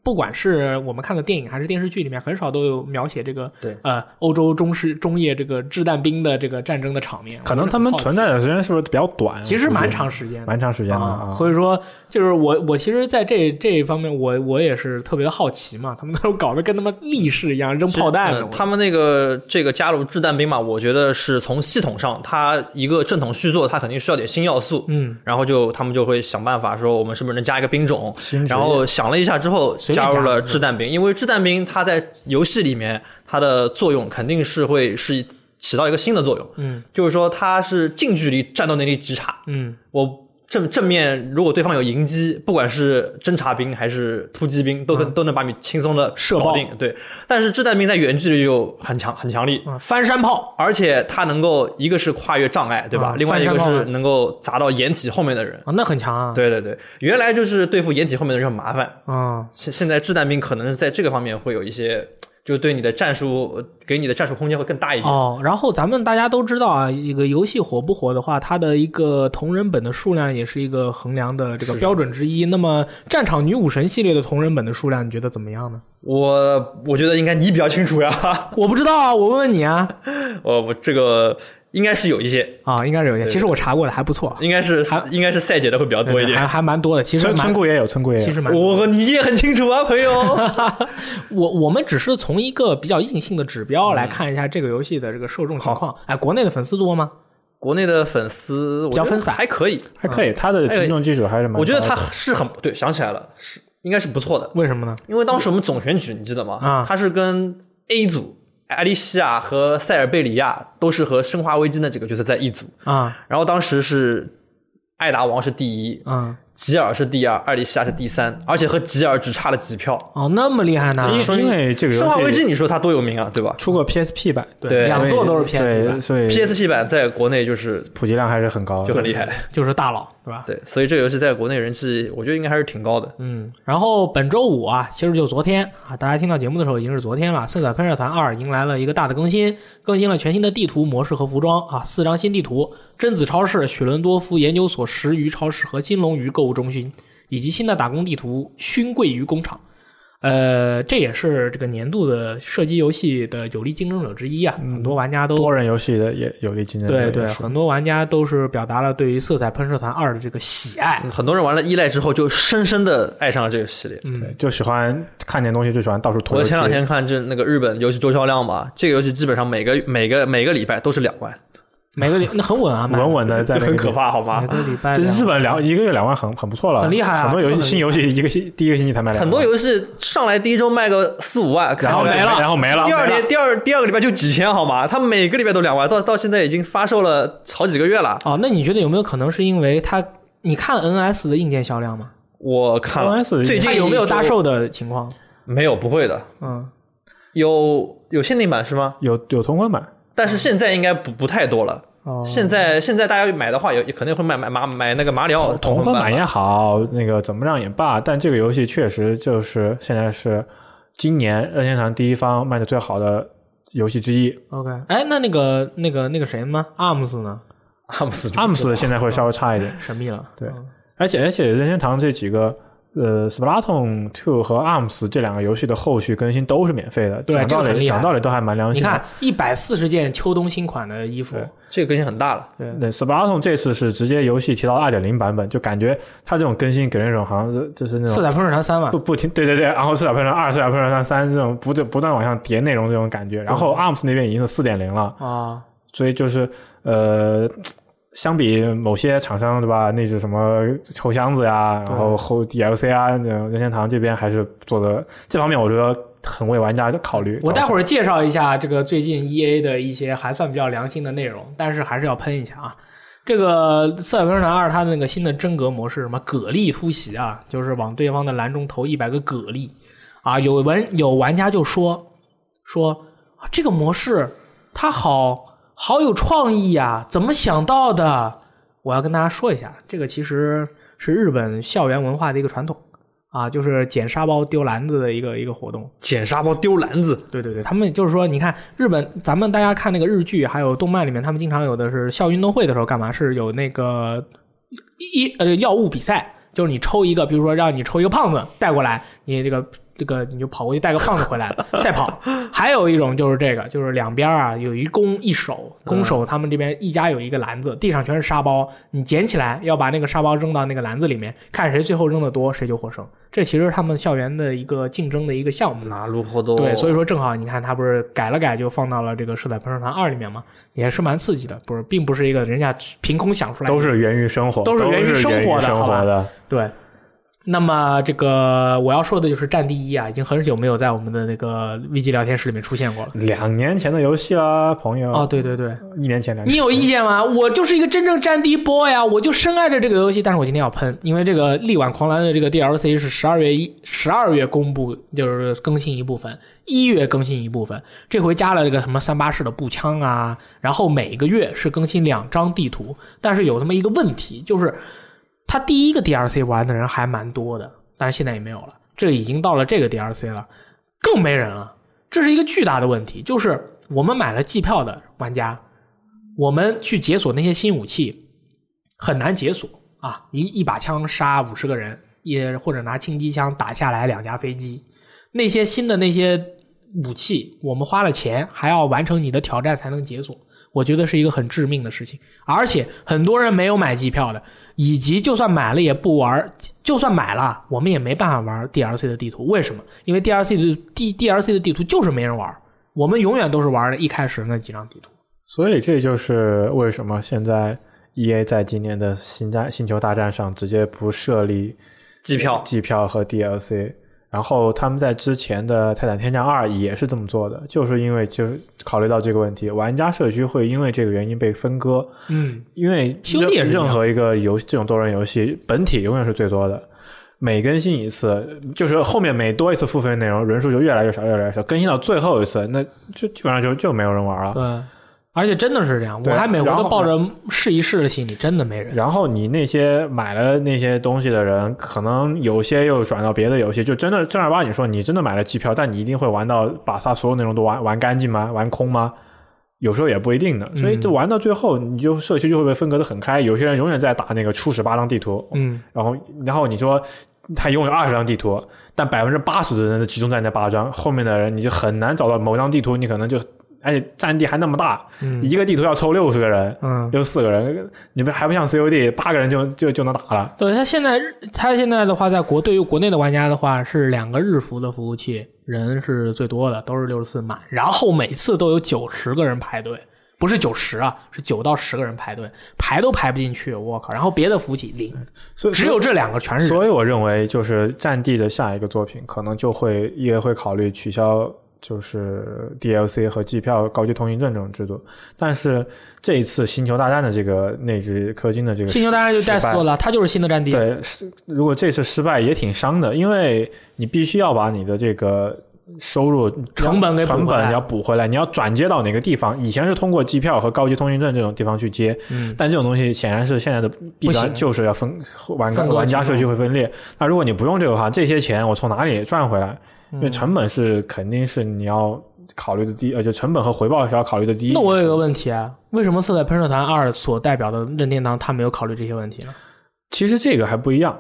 不管是我们看的电影还是电视剧里面，很少都有描写这个对呃欧洲中世中叶这个掷弹兵的这个战争的场面。可能他们存在的时间是不是比较短？其实我估计蛮长时间的，蛮长时间的啊，啊。所以说就是我我其实在这这一方面我我也是特别的好奇嘛，他们那时候搞得跟他妈力士一样扔炮弹呃的，他们那个这个加入掷弹兵嘛，我觉得是从系统上，它一个正统续作，它肯定需要点新要素。嗯，然后就他们就会想办法说，我们是不是能加一个兵种新？职业然后想了一下之后，随加便加入了掷弹兵，因为掷弹兵它在游戏里面它的作用肯定是会是起到一个新的作用。嗯就是说它是近距离战斗能力极差，嗯我正正面，如果对方有迎击，不管是侦察兵还是突击兵，都能、都能把你轻松的嗯射搞爆定。对，但是掷弹兵在远距离就很强很强力，啊，翻山炮，而且它能够一个是跨越障碍，对吧？嗯另外一翻个山炮是能够砸到掩体后面的人。啊，那很强啊，对对对，原来就是对付掩体后面的人很麻烦，啊，现现在掷弹兵可能是在这个方面会有一些，就对你的战术呃给你的战术空间会更大一点。 <laughs> 哦，然后咱们大家都知道啊，一个游戏火不火的话，它的一个同人本的数量也是一个衡量的这个标准之一。那么，战场女武神系列的同人本的数量，你觉得怎么样呢？我我觉得应该你比较清楚呀， <laughs> 我不知道啊，我问问你啊。我我这个应该是有一些，啊，应该是有一些，其实我查过的还不错，应该是应该是赛姐的会比较多一还点。还蛮多的。其实村村蛮，姑也有，村姑也其有。实蛮多的。我和你也很清楚啊，朋 <laughs> 友。我我们只是从一个比较硬性的指标嗯来看一下这个游戏的这个受众情况。哎，国内的粉丝多吗？国内的粉丝我比较觉得分散还可以，还可以，他的群众基础还是蛮高的。我觉得他是很对，想起来了，是应该是不错的，为什么呢？因为当时我们总选举你记得吗啊？他是跟 A 组。艾丽西亚和塞尔贝里亚都是和《生化危机》那几个角色在一组，啊然后当时是艾达王是第一，啊吉尔是第二，艾丽西亚是第三，而且和吉尔只差了几票。哦，那么厉害呢？因为因为这个生化游危机戏你说它多有名啊，对吧出过 PSP 版，对对两座都是 PSP 版对，啊所以？PSP 版在国内就是普及量还是很高的，就很厉害，就是大佬是吧？对，所以这个游戏在国内人气，我觉得应该还是挺高的。嗯，然后本周五啊，其实就昨天啊，大家听到节目的时候已经是昨天了，《圣载喷射团二》迎来了一个大的更新，更新了全新的地图模式和服装啊，四张新地图：贞子超市、许伦多夫研究所、石鱼超市和金龙鱼购物中心，以及新的打工地图勋贵鱼工厂。呃，这也是这个年度的射击游戏的有力竞争者之一啊，很多玩家都嗯多人游戏的也有力竞争力对也是。对，很多玩家都是表达了对于《色彩喷射团二》的这个喜嗯爱。嗯很多人玩了依赖之后，就深深的爱上了这个系列。对，就喜欢看点东西，就喜欢到处囤我游戏。前两天看这那个日本游戏周销量嘛，这个游戏基本上每个每个每个礼拜都是两万，每个礼那很稳啊，买 <laughs> 稳啊稳的在就那个很可地方。怕，好每吗？ <laughs> 个礼 <laughs> 拜这两日本两一个月两万很很不错了，很厉害啊很多游真戏的很新游戏一个星第一个星期才卖两万很多游戏上来第一周卖个四五万，然后看起来然后没了。第二没了年，第二第二个礼拜就几千，好吗？他每个礼拜都两万，到到现在已经发售了好几个月了。哦，那你觉得有没有可能是因为它？你看 NS 的硬件销量吗？我看了， NS 最近它一有没有大周？售的情况？没有，不会的。嗯，有有限定版是吗？有有同款版，但是现在应该不不太多了。哦，现在现在大家买的话，有肯定会买买买买那个马里奥同款款版吧也好，那个怎么让也罢，但这个游戏确实就是现在是今年任天堂第一方卖的最好的游戏之一。 OK，哎，那那个那个那个谁吗？ARMS 呢？ <laughs> 阿姆斯 ARMS 现在会稍微差一点，神秘了。对嗯而且而且任天堂这几个呃 Splatoon Two 和 ARMS 这两个游戏的后续更新都是免费的，对讲这个道很理厉害讲道理都还蛮良你心的。看一百四十件秋冬新款的衣服，对这个更新很大了。对对 Splatoon 这次是直接游戏提到二点零版本，就感觉它这种更新给人一种好像是就是那色种彩喷射团三嘛不，不停对对对，然后四小喷射二、四小喷射三三这种不断不断往上叠内容这种感觉。然后 ARMS 那边已经是四点零了，啊，所以就是呃。相比某些厂商，对吧？那是什么后箱子呀，然后后 DLC 啊，那种任天堂这边还是做的这方面，我觉得很为玩家考虑。我待会儿儿介绍一下这个最近 EA 的一些还算比较良心的内容，但是还是要喷一下啊。这个《塞尔维尔南二》它的那个新的真格模式，什么蛤蜊突袭啊，就是往对方的篮中投一百个蛤蜊啊。有玩有玩家就说说、啊这个模式它好好有创意啊，怎么想到的？我要跟大家说一下，这个其实是日本校园文化的一个传统啊，就是捡沙包丢篮子的一个一个活动。捡沙包丢篮子，对对对，他们就是说，你看日本，咱们大家看那个日剧还有动漫里面，他们经常有的是校运动会的时候干嘛？是有那个一呃药物比赛，就是你抽一个，比如说让你抽一个胖子带过来，你这个这个你就跑过去带个胖子回来赛跑。还有一种就是这个，就是两边啊有一攻一守，攻守他们这边一家有一个篮子，地上全是沙包，你捡起来要把那个沙包扔到那个篮子里面，看谁最后扔的多，谁就获胜。这其实是他们校园的一个竞争的一个项目。拿路后都对，所以以说正好你看他不是改了改就放到了这个《色彩喷射团二》里面嘛，也是蛮刺激的，不是，并不是一个人家凭空想出来的，都是源于生活，都都是源于于生活的生好吧活的。对。那么这个我要说的就是《战地一》啊，已经很久没有在我们的那个 V G 聊天室里面出现过了。两年前的游戏啦，朋友。哦，，对对对，一年前两你年。有意见吗？我就是一个真正战地 boy 啊，我就深爱着这个游戏。但是我今天要喷，因为这个《力挽狂澜》的这个 DLC 是十二月一十二月公布，就是更新一部分，一月更新一部分。这回加了这个什么三八式的步枪啊，然后每个月是更新两张地图，但是有那么一个问题，就是他第一个 DLC 玩的人还蛮多的，但是现在也没有了，这已经到了这个 DLC 了，更没人了。这是一个巨大的问题，就是我们买了季票的玩家，我们去解锁那些新武器很难解锁啊，一一把枪杀五十个人，也或者拿轻机枪打下来两架飞机，那些新的那些武器，我们花了钱还要完成你的挑战才能解锁，我觉得是一个很致命的事情。而且很多人没有买机票的，以及就算买了也不玩儿，就算买了，我们也没办法玩 DLC 的地图。为什么？因为 DLC 的 D DLC 的地图就是没人玩儿，我们永远都是玩儿一开始那几张地图。所以这就是为什么现在 E A 在今年的星战星球大战上直接不设立机票机票和 DLC。然后他们在之前的《泰坦天降二》也是这么做的，就是因为就考虑到这个问题，玩家社区会因为这个原因被分割，嗯，因为兄弟也是这样任何一个游这种多人游戏，本体永远是最多的。每更新一次，就是后面每多一次付费内容，人数就越来越少，越来越少。更新到最后一次，那就基本上就就没有人玩了。对，而且真的是这样，我啊对还每回然都后抱着试一试的心理，真的没人。然后你那些买了那些东西的人，可能有些又转到别的游戏，就真的正儿八经说，你真的买了机票，但你一定会玩到把它所有内容都玩玩干净吗？玩空吗？有时候也不一定的，所以就玩到最后，你就社区就会被分割的很开。有些人永远在打那个初始八张地图，嗯，然后然后你说他拥有二十张地图，但百分之八十的人是集中在那八张，后面的人你就很难找到某张地图，你可能就而且占地还那么大，嗯一个地图要抽六十个人，嗯，六四个人，你们还不像 COD 八个人就就就能打了。对他现在他现在的话，在国对于国内的玩家的话，是两个日服的服务器人是最多的，都是六十四满，然后每次都有九十个人排队。不是九十啊，是九到十个人排队，排都排不进去，我靠！然后别的服务器零，所以只有这两个全是人。所以我认为就是《战地》的下一个作品可能就会也会考虑取消就是 DLC 和机票高级通行证这种制度，但是这一次《星球大战》的这个内置氪金的这个星球大战就失败 death 做了，它就是新的战地。对，是如果这次失败也挺伤的，因为你必须要把你的这个收入成本给补成回来本你要补回来，你要转接到哪个地方？以前是通过机票和高级通行证这种地方去接，嗯但这种东西显然是现在的弊不行端，就是要分玩分割玩家群社众区会分裂。那如果你不用这个的话，这些钱我从哪里赚回来？因嗯为成本是肯定是你要考虑的第一，呃，就成本和回报是要考虑的第一。那我有一个问题啊，为什么《色彩喷射团二》所代表的任天堂，他没有考虑这些问题呢？其实这个还不一样。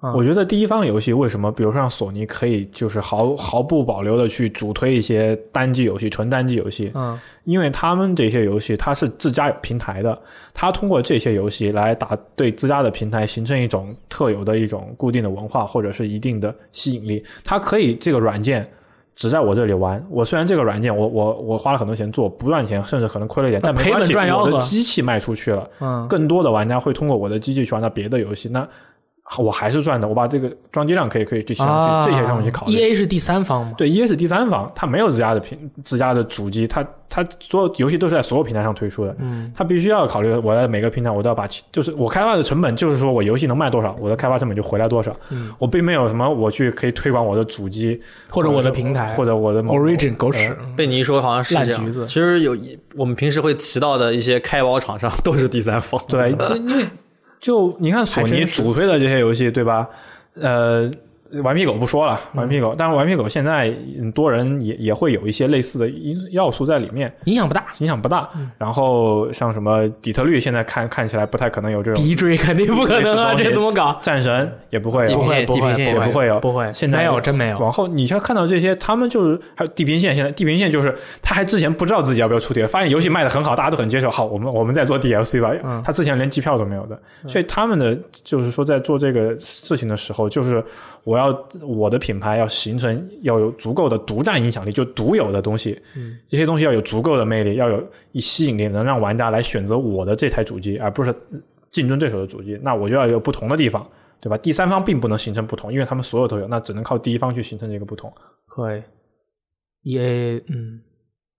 啊我觉得第一方游戏为什么，比如说像索尼可以就是毫毫不保留的去主推一些单机游戏、纯单机游戏，嗯因为他们这些游戏它是自家有平台的，它通过这些游戏来打对自家的平台形成一种特有的一种固定的文化或者是一定的吸引力，它可以这个软件。只在我这里玩，我虽然这个软件我我我花了很多钱做，不赚钱，甚至可能亏了点，但没赔本关系，赚吆我的喝机器卖出去了，嗯，更多的玩家会通过我的机器去玩到别的游戏，那我还是赚的。我把这个装机量可以可以去上去、这些上面去考虑。 E A 是第三方嘛？对，E A 是第三方，它没有自家的平自家的主机，它它所有游戏都是在所有平台上推出的，嗯，它必须要考虑我在每个平台我都要把其，就是我开发的成本，就是说我游戏能卖多少，我的开发成本就回来多少。嗯，我并没有什么我去可以推广我的主机呃或者我的平台，或者我的某呃 Origin 狗屎。嗯被你一说，好像是这烂橘子样。其实有一我们平时会提到的一些开包厂商都是第三方。对，就因为就你看索还尼真是主推的这些游戏，对吧？呃，顽皮狗不说了，嗯顽皮狗，但是顽皮狗现在嗯多人也也会有一些类似的因要素在里面，影响不大。影响不大。嗯然后像什么底特律，现在看看起来不太可能有这种，敌追肯定不可能啊， <laughs> 这这东西怎么搞？战神也不会地有，平线，不会地平不会线也也不会有。不会，现在没有，真没有。往后你像看到这些，他们就是还有地平线，现在地平线就是他还之前不知道自己要不要出碟，发现游戏卖的很好，大家都很接受，好，我们我们再做 DLC 吧。嗯他之前连机票都没有的，所以他们的就是说在做这个事情的时候，就是我要我的品牌要形成要有足够的独占影响力，就独有的东西，嗯这些东西要有足够的魅力，要有一吸引力，能让玩家来选择我的这台主机，而不是竞争对手的主机，那我就要有不同的地方。对吧？第三方并不能形成不同，因为他们所有都有，那只能靠第一方去形成这个不同。可以，也嗯，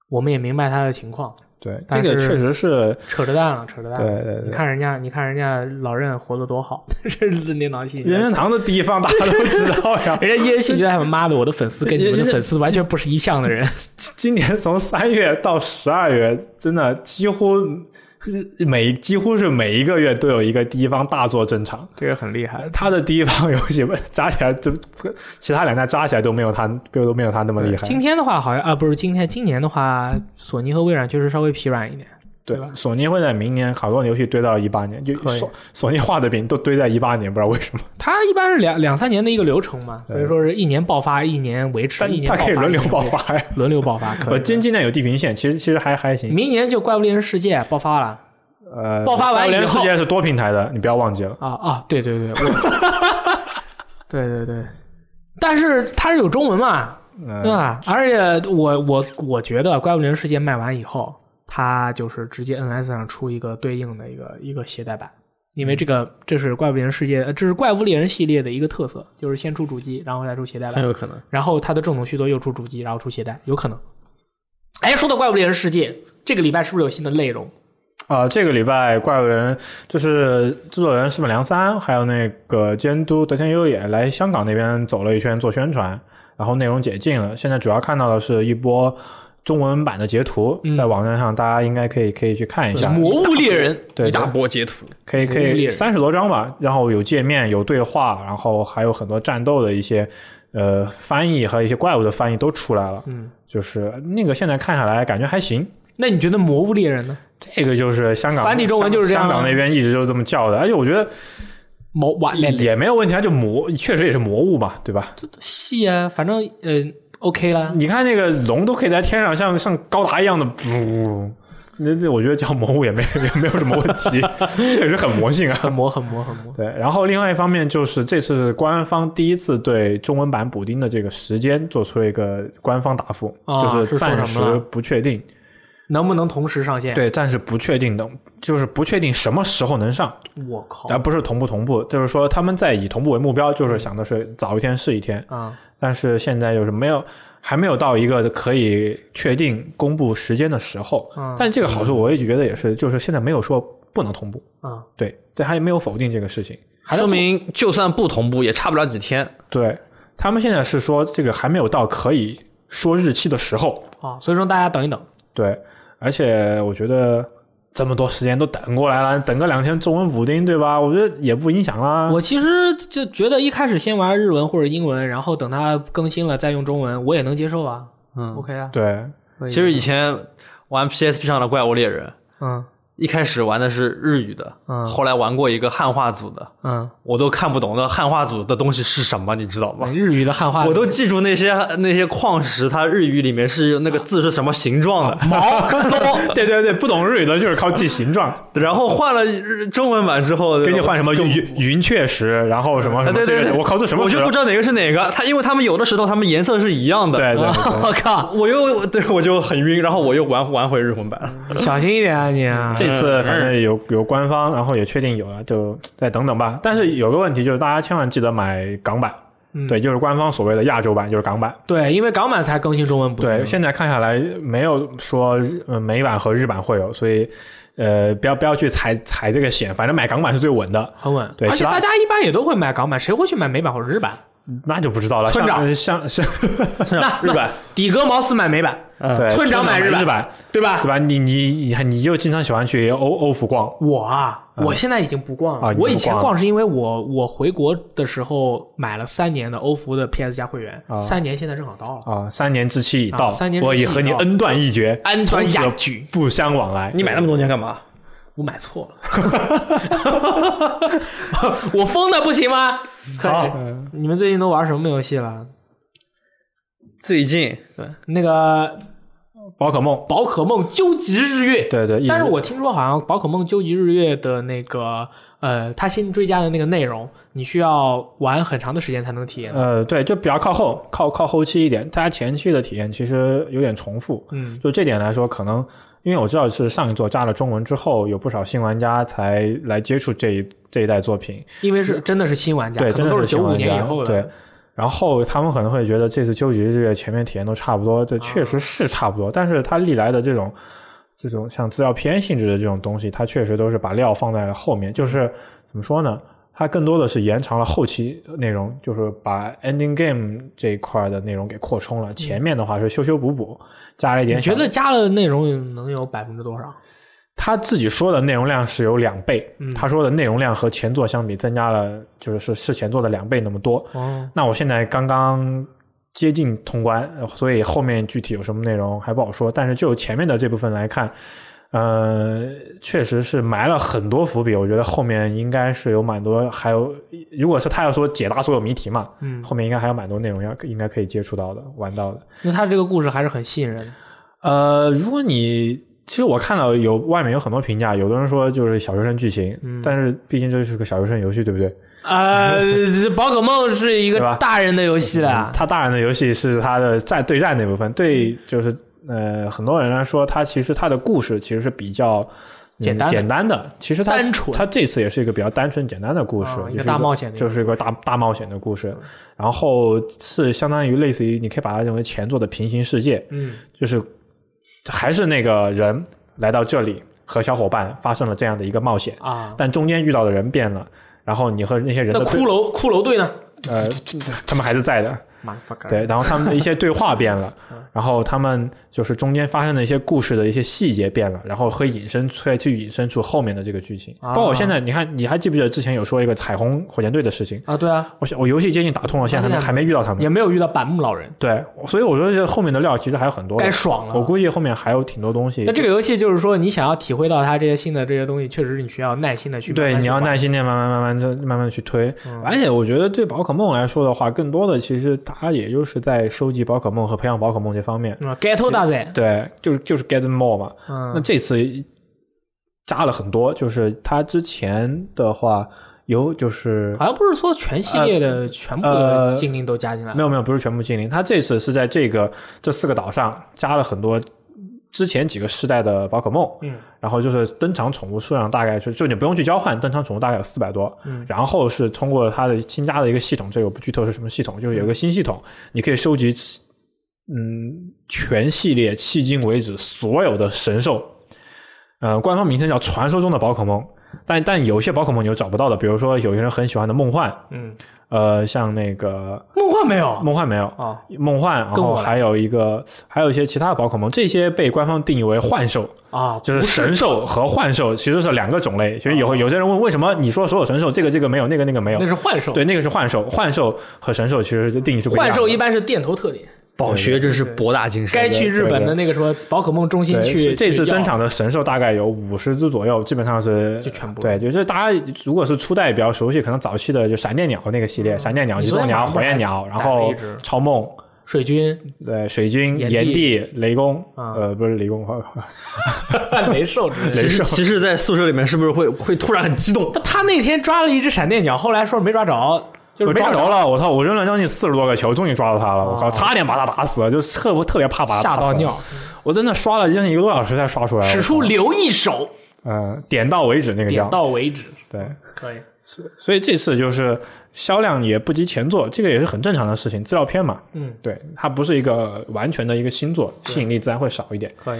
我们也明白他的情况，对，这但个是确实是，扯着蛋了，扯着蛋了。对对你对。看人家，你看人家老任活得多好， <laughs> 但是领导系，任天堂的第一方大家都知道呀 <laughs> 哎人家 <laughs> 一人系觉得他们妈的，我的粉丝跟你们的粉丝完全不是一项的 <laughs> 人。今年从三月到十二月，真的几乎每几乎是每一个月都有一个第一方大作登场。这个很厉害，他的第一方游戏加起来就其他两家加起来都没有他都没有他那么厉害。今天的话，好像啊，不是今天，今年的话，索尼和微软确实稍微疲软一点。对对吧索尼会在明年好多游戏堆到一八年，就可以索索尼画的饼都堆在一八年，不知道为什么。它一般是两两三年的一个流程嘛，对所以说是一年爆发，一年维持，但一年它爆发可以轮流爆，一年发呀。轮流爆发。可我以今尽量有地平线，其实其实还还行。明年就怪物猎人世界爆发了呃，爆发完以后连世界是多平台的，你不要忘记了。啊啊！对对对，我对对对，但是它是有中文嘛，对嗯，吧？而且我我我觉得怪物猎人世界卖完以后，它就是直接 NS 上出一个对应的一个一个携带版。因为这个，这是怪物猎人世界，呃这是怪物猎人系列的一个特色，就是先出主机，然后再出携带版很。有可能。然后它的正统续作又出主机，然后出携带，有可能。哎，说到怪物猎人世界，这个礼拜是不是有新的内容？啊，这个礼拜怪物人就是制作人石本良三，还有那个监督德天优也来香港那边走了一圈做宣传，然后内容解禁了。现在主要看到的是一波中文版的截图，嗯在网站上大家应该可以可以去看一下。魔物猎人，对，一大波截图，可以可猎以人三十多张吧，然后有界面、有对话，然后还有很多战斗的一些呃翻译和一些怪物的翻译都出来了。嗯，就是那个现在看下来感觉还行，那你觉得魔物猎人呢？这个就是香港繁体中文就是这样香港那边一直就是这么叫的，而且我觉得魔瓦猎也没有问题，它就魔确实也是魔物嘛，对吧？系啊，反正呃 OK 啦。你看那个龙都可以在天上像像高达一样的，呜那这我觉得叫魔物也没也没有什么问题， <laughs> 确实很魔性啊。很魔，很魔，很魔。对，然后另外一方面就是这次是官方第一次对中文版补丁的这个时间做出了一个官方答复，啊就是是说暂什时么了不确定，能不能同时上线？，对，暂时不确定的，就是不确定什么时候能上，我靠而不是同步同步，就是说他们在以同步为目标，就是想的是早一天是一天，啊！但是现在就是没有，还没有到一个可以确定公布时间的时候。嗯但这个好处我也觉得也是，就是现在没有说不能同步，啊，对，但他也没有否定这个事情。还在说明就算不同步，也差不了几天。对他们现在是说这个还没有到可以说日期的时候，啊，所以说大家等一等，对，而且我觉得这么多时间都等过来了，等个两天中文补丁，对吧？我觉得也不影响啦。我其实就觉得一开始先玩日文或者英文，然后等它更新了再用中文，我也能接受啊。嗯， OK 啊，对，可以其实以前玩 PSP 上的《怪物猎人》，嗯一开始玩的是日语的，嗯后来玩过一个汉化组的，嗯，我都看不懂那汉化组的东西是什么，你知道吗？日语的汉化我都记住那些那些矿石，它日语里面是那个字是什么形状的。啊毛对对对，不懂日语的就是靠记形状， <laughs> 然后换了日中文版之后，给你换什么云云雀石，然后什么啊什么对对这对，个，我靠，这什么啊我啊石就头？不知道哪个是哪个。它因为他们有的石头，他们颜色是一样的。，对对 <laughs> 对， <laughs> 我靠，我又对我就很晕，然后我又玩玩回日文版 <laughs> 了。小心一点啊你啊！这次反正有嗯有官方，然后也确定有了，就再等等吧。但是有个问题就是，大家千万记得买港版，嗯对，就是官方所谓的亚洲版，就是港版。对，因为港版才更新中文补丁对，现在看下来没有说日呃美版和日版会有，所以呃不要不要去踩踩这个险，反正买港版是最稳的，很稳，对而且其他大家一般也都会买港版，谁会去买美版或者日版？那就不知道了。村长像像像 <laughs> 那日版，底格茅斯买美版，啊对呃村长买买日版版，对吧？对吧？你你你你又经常喜欢去欧欧服逛，我啊，我现在已经不逛了。嗯啊你不我以前逛了逛是因为我我回国的时候买了三年的欧服的 PS 加会员，啊三年现在正好到了。啊，三年之期已到，啊三年之期我已已和你到恩断义绝，恩断从此义绝不相往来。你买那么多年干嘛？我买错了， <laughs> 我疯的不行吗？可以好，啊你们最近都玩什么游戏了？最近对，那个宝可梦，宝可梦究极日月，对对，一直但是我听说好像《宝可梦究极日月》的那个呃，它新追加的那个内容，你需要玩很长的时间才能体验。呃对，就比较靠后，靠靠后期一点，大家前期的体验其实有点重复，嗯就这点来说，可能因为我知道是上一座加了中文之后，有不少新玩家才来接触这一这一代作品，因为是真的是新玩家，对，可真能的都是九新五玩年以家后了。对，然后他们可能会觉得这次《究极日月》前面体验都差不多，这确哦实是差不多，但是它历来的这种这种像资料片性质的这种东西，它确实都是把料放在了后面，就是怎么说呢？它更多的是延长了后期内容，就是把 ending game 这一块的内容给扩充了。前面的话是修修补补，加了一点嗯你小。觉得加了内容能有百分之多少？他自己说的内容量是有两倍，嗯他说的内容量和前作相比增加了，就是是是前作的两倍那么多。哦，那我现在刚刚接近通关，呃所以后面具体有什么内容还不好说。但是就前面的这部分来看，呃，确实是埋了很多伏笔。我觉得后面应该是有蛮多，还有如果是他要说解答所有谜题嘛，嗯，后面应该还有蛮多内容要应该可以接触到的、玩到的。那他这个故事还是很吸引人的。呃，如果你其实我看到有外面有很多评价，有的人说就是小学生剧情，嗯但是毕竟这是个小学生游戏，对不对？呃，宝可梦是一对个吧大人的游戏嗯了，他大人的游戏是他的战对战那部分，嗯对，就是呃，很多人来说，他其实他的故事其实是比较嗯简单的简单的，其实他单纯他这次也是一个比较单纯简单的故事，哦就是一个嗯大冒险的就是一个大大冒险的故事，然后是相当于类似于你可以把它认为前作的平行世界，嗯，就是还是那个人来到这里和小伙伴发生了这样的一个冒险，啊。但中间遇到的人变了。然后你和那些人那的对骷髅骷髅队呢？呃，他们还是在的，妈 fucker，对，然后他们的一些对话变了 <laughs> 嗯，然后他们就是中间发生的一些故事的一些细节变了，然后会引申出来去引申出后面的这个剧情。啊包括我现在，你看，你还记不记得之前有说一个彩虹火箭队的事情？啊，对啊，我想我游戏接近打通了，现在啊还没对啊还没遇到他也们。没有遇到板木老人，对，所以我觉得后面的料其实还有很多的该，爽我了。估计后面还有挺多东西那。这个游戏就是说，你想要体会到它这些新的这些东西，确实是你需要耐心的去慢慢对，去你要玩耐心点，慢慢慢慢的慢慢地去推。嗯而且我觉得对宝可梦来说的话，更多的其实它也就是在收集宝可梦和培养宝可梦这方面。嗯 Ghetto 大仔，对，就是就是 get more 嘛。那嗯，这次加了很多，就是他之前的话有就是好像不是说全系列的全部的呃精灵都加进来了，没有没有不是全部精灵，他这次是在这个这四个岛上加了很多之前几个世代的宝可梦，嗯然后就是登场宠物数量大概是就你不用去交换，登场宠物大概有四百多，嗯然后是通过它的新加的一个系统，这个我不剧透是什么系统，就是有一个新系统，你可以收集，嗯，全系列迄今为止所有的神兽，呃，官方名称叫传说中的宝可梦，但但有些宝可梦你又找不到的，比如说有些人很喜欢的梦幻，嗯，呃，像那个梦幻没有梦幻没有。啊，梦幻，然跟我后来还有一个，还有一些其他的宝可梦，这些被官方定义为幻兽，啊，就是不哦神兽和幻兽其实是两个种类。其实有有些人问，为什么你说所有神兽这个这个没有，那个那个没有那？是幻兽，对，那个是幻兽，幻兽和神兽其实是定义是不一样幻的。兽一般是电头特点，宝学真是博大精深。该去日本的那个什么宝可梦中心对去。是这次去要登场的神兽大概有五十只左右，基本上是就全部对，就是大家如果是初代比较熟悉，可能早期的就闪电鸟那个系列，闪电鸟、你极昨天冻鸟、晚上火焰还鸟，然打了后一只超梦、水军 <laughs> 对水晶、炎炎帝帝、雷公，啊呃，不是雷公，雷兽之类的。骑士，骑士在宿舍里面是不是会会突然很激动？不，他那天抓了一只闪电鸟，后来说没抓着，就是 <laughs> 我没抓着啊着了，我操！我扔了将近四十多个球，终于抓到他了，我靠，差点把他打死了，就是特特别怕把他吓打到死哎尿。我真的刷了将近一个多小时才刷出来，使出留一手，嗯、呃点到为止那个点叫到为止，对，可以。所以这次就是销量也不及前作，这个也是很正常的事情，资料片嘛，嗯，对，它不是一个完全的一个新作，吸引力自然会少一点。可以。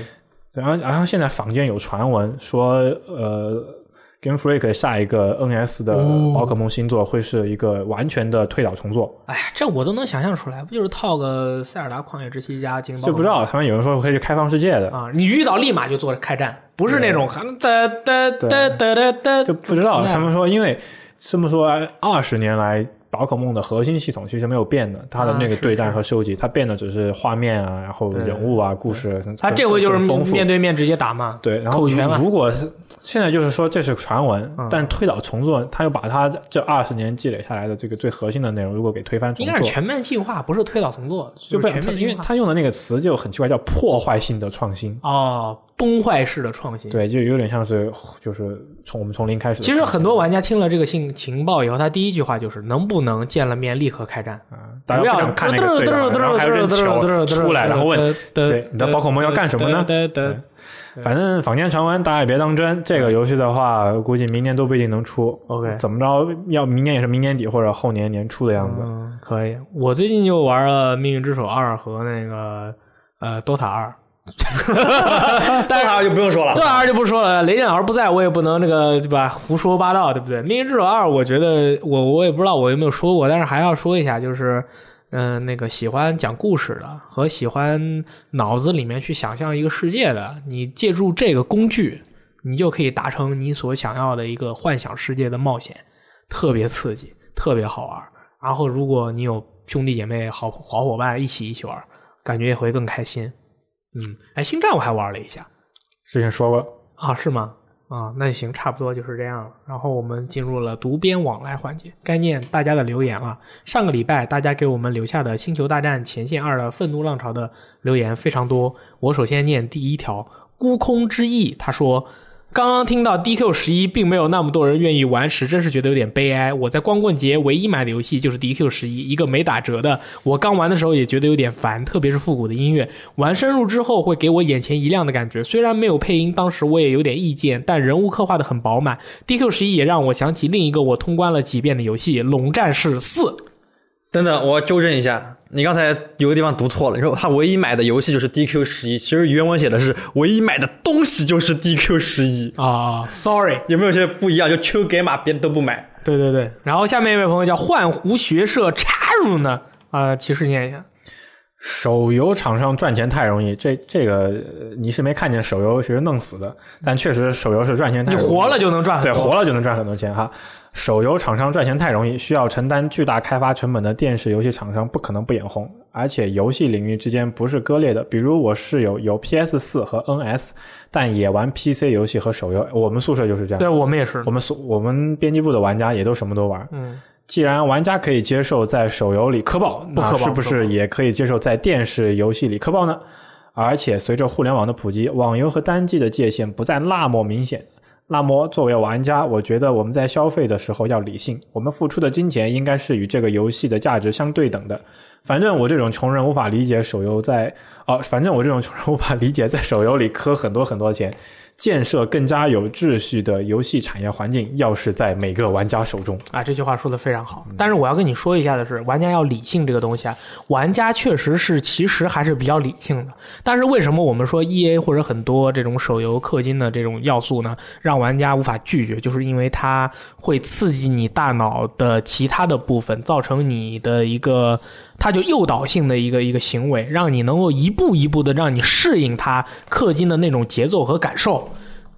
然后，然后现在坊间有传闻说，呃，Game Freak 下一个 NS 的哦宝可梦新作会是一个完全的推倒重做。哎呀，这我都能想象出来，不就是套个塞尔达旷野之息加精灵宝就可梦不知道他们有人说会去开放世界的，啊？你遇到立马就做开战，不是那种还哒哒哒哒哒哒，就不知道那他们说，因为这么说，二十年来宝可梦的核心系统其实没有变的，它的啊那个是对是战和收集，它变的只是画面啊，然后对人物啊、故事更，他这回就是更丰富面对面直接打嘛。对，然后口拳如嘛如果是现在就是说这是传闻嗯，但推倒重做，他又把他这二十年积累下来的这个最核心的内容，如果给推翻重应该是做。全面进化，不是推倒重做，就被被全面因为进化他用的那个词就很奇怪，叫破坏性的创新。哦，崩坏式的创新。对，就有点像是就是从我们从零开始的其创新。实很多玩家听了这个信情报以后，他第一句话就是能不能见了面立刻开战？啊，大不家要不想看那个对吧？然后还有扔球出来，然后问，呃对你的宝可梦要干什么呢对对，对反正坊间传闻，大家也别当真。这个游戏的话，估计明年都不一定能出。 OK 怎么着，要明年也是明年底或者后年年初的样子。嗯，可以。我最近就玩了《命运之手二》和那个呃《DOTA 二》， <laughs> 大家就不用说了《DOTA 啊二》就不说了。呃雷电老师不在，我也不能那个对吧胡说八道，对不对？《命运之手二》，我觉得我我也不知道我有没有说过，但是还要说一下，就是。嗯，那个喜欢讲故事的和喜欢脑子里面去想象一个世界的，你借助这个工具，你就可以达成你所想要的一个幻想世界的冒险，特别刺激，特别好玩。然后如果你有兄弟姐妹、好好伙伴一起一起玩，感觉也会更开心。嗯，哎，星战我还玩了一下之前说过，啊，是吗？啊，那行，差不多就是这样了。然后我们进入了读编往来环节，该念大家的留言了。上个礼拜大家给我们留下的《星球大战前线二》的愤怒浪潮的留言非常多，我首先念第一条，孤空之翼，他说。刚刚听到 DQ 十一并没有那么多人愿意玩时，真是觉得有点悲哀。我在光棍节唯一买的游戏就是 DQ 十一，一个没打折的。我刚玩的时候也觉得有点烦，特别是复古的音乐，玩深入之后会给我眼前一亮的感觉。虽然没有配音，当时我也有点意见，但人物刻画的很饱满。DQ 十一也让我想起另一个我通关了几遍的游戏《龙战士四》。等等，我纠正一下，你刚才有个地方读错了。你说他唯一买的游戏就是 DQ 十一，其实原文写的是唯一买的东西就是 DQ 十一，啊、s o r r y 有没有些不一样？就秋给马别的都不买。对对对。然后下面一位朋友叫幻狐学社插入呢，啊、其实念一下。手游厂商赚钱太容易，这这个呃你是没看见手游其实弄死的，但确实手游是赚钱太你容易。活了就能赚很对，啊多，活了就能赚很多钱哈。手游厂商赚钱太容易，需要承担巨大开发成本的电视游戏厂商不可能不眼红，而且游戏领域之间不是割裂的。比如我室友有 PS 四和 NS，但也玩 PC 游戏和手游。我们宿舍就是这样，对我们也是我。们宿我们编辑部的玩家也都什么都玩。嗯，既然玩家可以接受在手游里磕爆，不那磕爆是不不磕是也可以接受在电视游戏里磕爆呢？而且随着互联网的普及，网游和单机的界限不再那么明显。那么，作为玩家，我觉得我们在消费的时候要理性，我们付出的金钱应该是与这个游戏的价值相对等的。反正我这种穷人无法理解手游在哦，反正我这种穷人无法理解在手游里磕很多很多钱。建设更加有秩序的游戏产业环境，要是在每个玩家手中，啊，这句话说的非常好。但是我要跟你说一下的是，玩家要理性这个东西啊，玩家确实是其实还是比较理性的。但是为什么我们说 E A 或者很多这种手游氪金的这种要素呢，让玩家无法拒绝，就是因为它会刺激你大脑的其他的部分，造成你的一个。它就诱导性的一个一个行为，让你能够一步一步的让你适应它氪金的那种节奏和感受。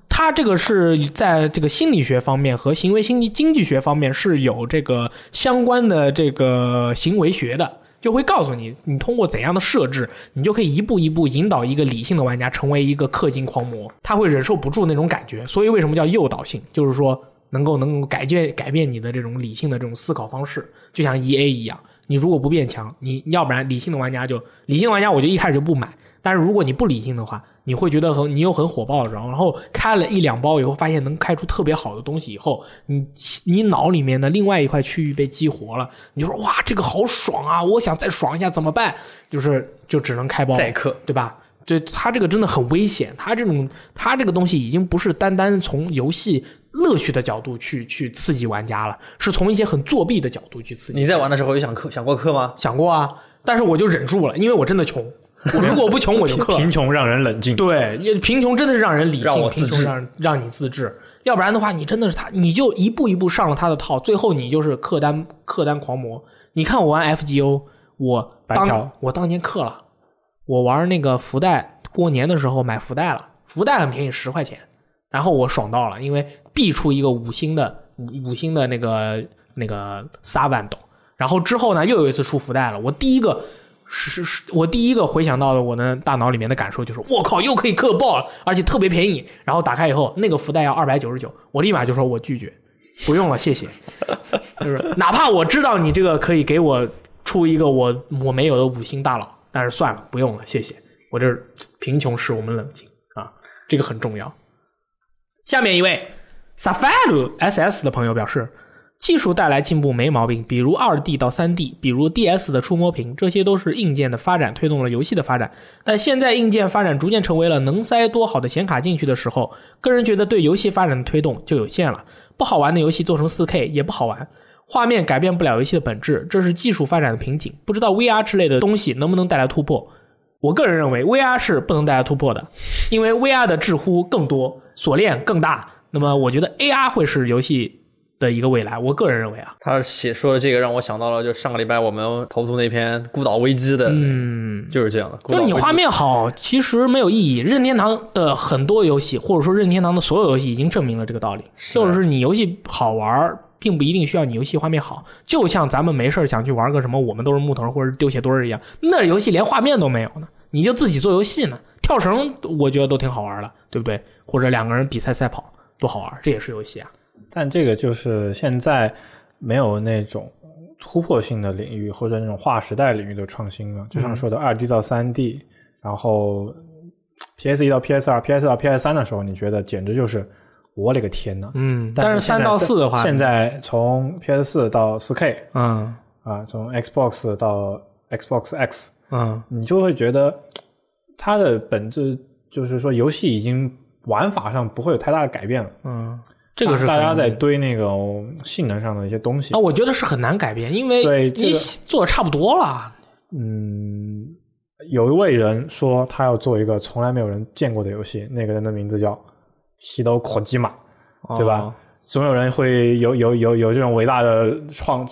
它这个是在这个心理学方面和行为心理经济学方面是有这个相关的这个行为学的，就会告诉你，你通过怎样的设置，你就可以一步一步引导一个理性的玩家成为一个氪金狂魔，他会忍受不住那种感觉。所以为什么叫诱导性？就是说能够能够改变改变你的这种理性的这种思考方式，就像 E A 一样，你如果不变强，你要不然理性的玩家就理性的玩家我就一开始就不买，但是如果你不理性的话，你会觉得很你又很火爆，然后然后开了一两包以后，发现能开出特别好的东西以后，你你脑里面的另外一块区域被激活了，你就说哇这个好爽啊，我想再爽一下怎么办？就是就只能开包了再氪，对吧？对他这个真的很危险，他这种他这个东西已经不是单单从游戏乐趣的角度去去刺激玩家了，是从一些很作弊的角度去刺激。你在玩的时候有想氪想过氪吗？想过啊，但是我就忍住了，因为我真的穷。我如果不穷，我 <laughs> 就氪。贫穷让人冷静。对，也贫穷真的是让人理性，让我自贫穷制让让你自制，要不然的话，你真的是他，你就一步一步上了他的套，最后你就是客单客单狂魔。你看我玩 FGO，我白当嫖我当年氪了，我玩那个福袋，过年的时候买福袋了，福袋很便宜，十块钱，然后我爽到了，因为必出一个五星的五五星的那个那个撒万斗，然后之后呢又有一次出福袋了，我第一个。是是是，我第一个回想到的，我的大脑里面的感受就是，我靠，又可以氪爆了，而且特别便宜。然后打开以后，那个福袋要二百九十九，我立马就说我拒绝，不用了，谢谢。就是哪怕我知道你这个可以给我出一个我我没有的五星大佬，但是算了，不用了，谢谢。我这贫穷使我们冷静啊。这个很重要。下面一位 Safari SS 的朋友表示，技术带来进步没毛病，比如二 D 到三 D，比如 DS 的触摸屏，这些都是硬件的发展推动了游戏的发展。但现在硬件发展逐渐成为了能塞多好的显卡进去的时候，个人觉得对游戏发展的推动就有限了。不好玩的游戏做成 4K 也不好玩，画面改变不了游戏的本质，这是技术发展的瓶颈。不知道 VR 之类的东西能不能带来突破？我个人认为 VR 是不能带来突破的，因为 VR 的智乎更多，锁链更大。那么我觉得 AR 会是游戏的一个未来。我个人认为啊，他写说的这个让我想到了，就上个礼拜我们投图那篇《孤岛危机》的，嗯，就是这样的。孤就岛是你危机画面好，其实没有意义。任天堂的很多游戏，或者说任天堂的所有游戏，已经证明了这个道理，就是你游戏好玩儿，并不一定需要你游戏画面好。就像咱们没事儿想去玩个什么“我们都是木头人”或者“丢血墩儿”一样，那游戏连画面都没有呢，你就自己做游戏呢。跳绳我觉得都挺好玩的，对不对？或者两个人比赛赛跑多好玩，这也是游戏啊。但这个就是现在没有那种突破性的领域或者那种划时代领域的创新了。就像嗯说的，二 D 到三 D，然后 PS 一到 PS 二、PS 二、PS 三的时候，你觉得简直就是我勒个天呐！嗯，但但是现三在到四的话，现在从 PS 四到四 K 嗯啊，从 Xbox 到 Xbox X，嗯你就会觉得它的本质就是说，游戏已经玩法上不会有太大的改变了。嗯，这个是啊大很家有在意思堆那种性能上的一些东西啊，。我觉得是很难改变，因为对这你个做的差不多了。嗯，有一位人说他要做一个从来没有人见过的游戏，那个人的名字叫西斗口基马，对吧？哦总有人会有有有有这种伟大的创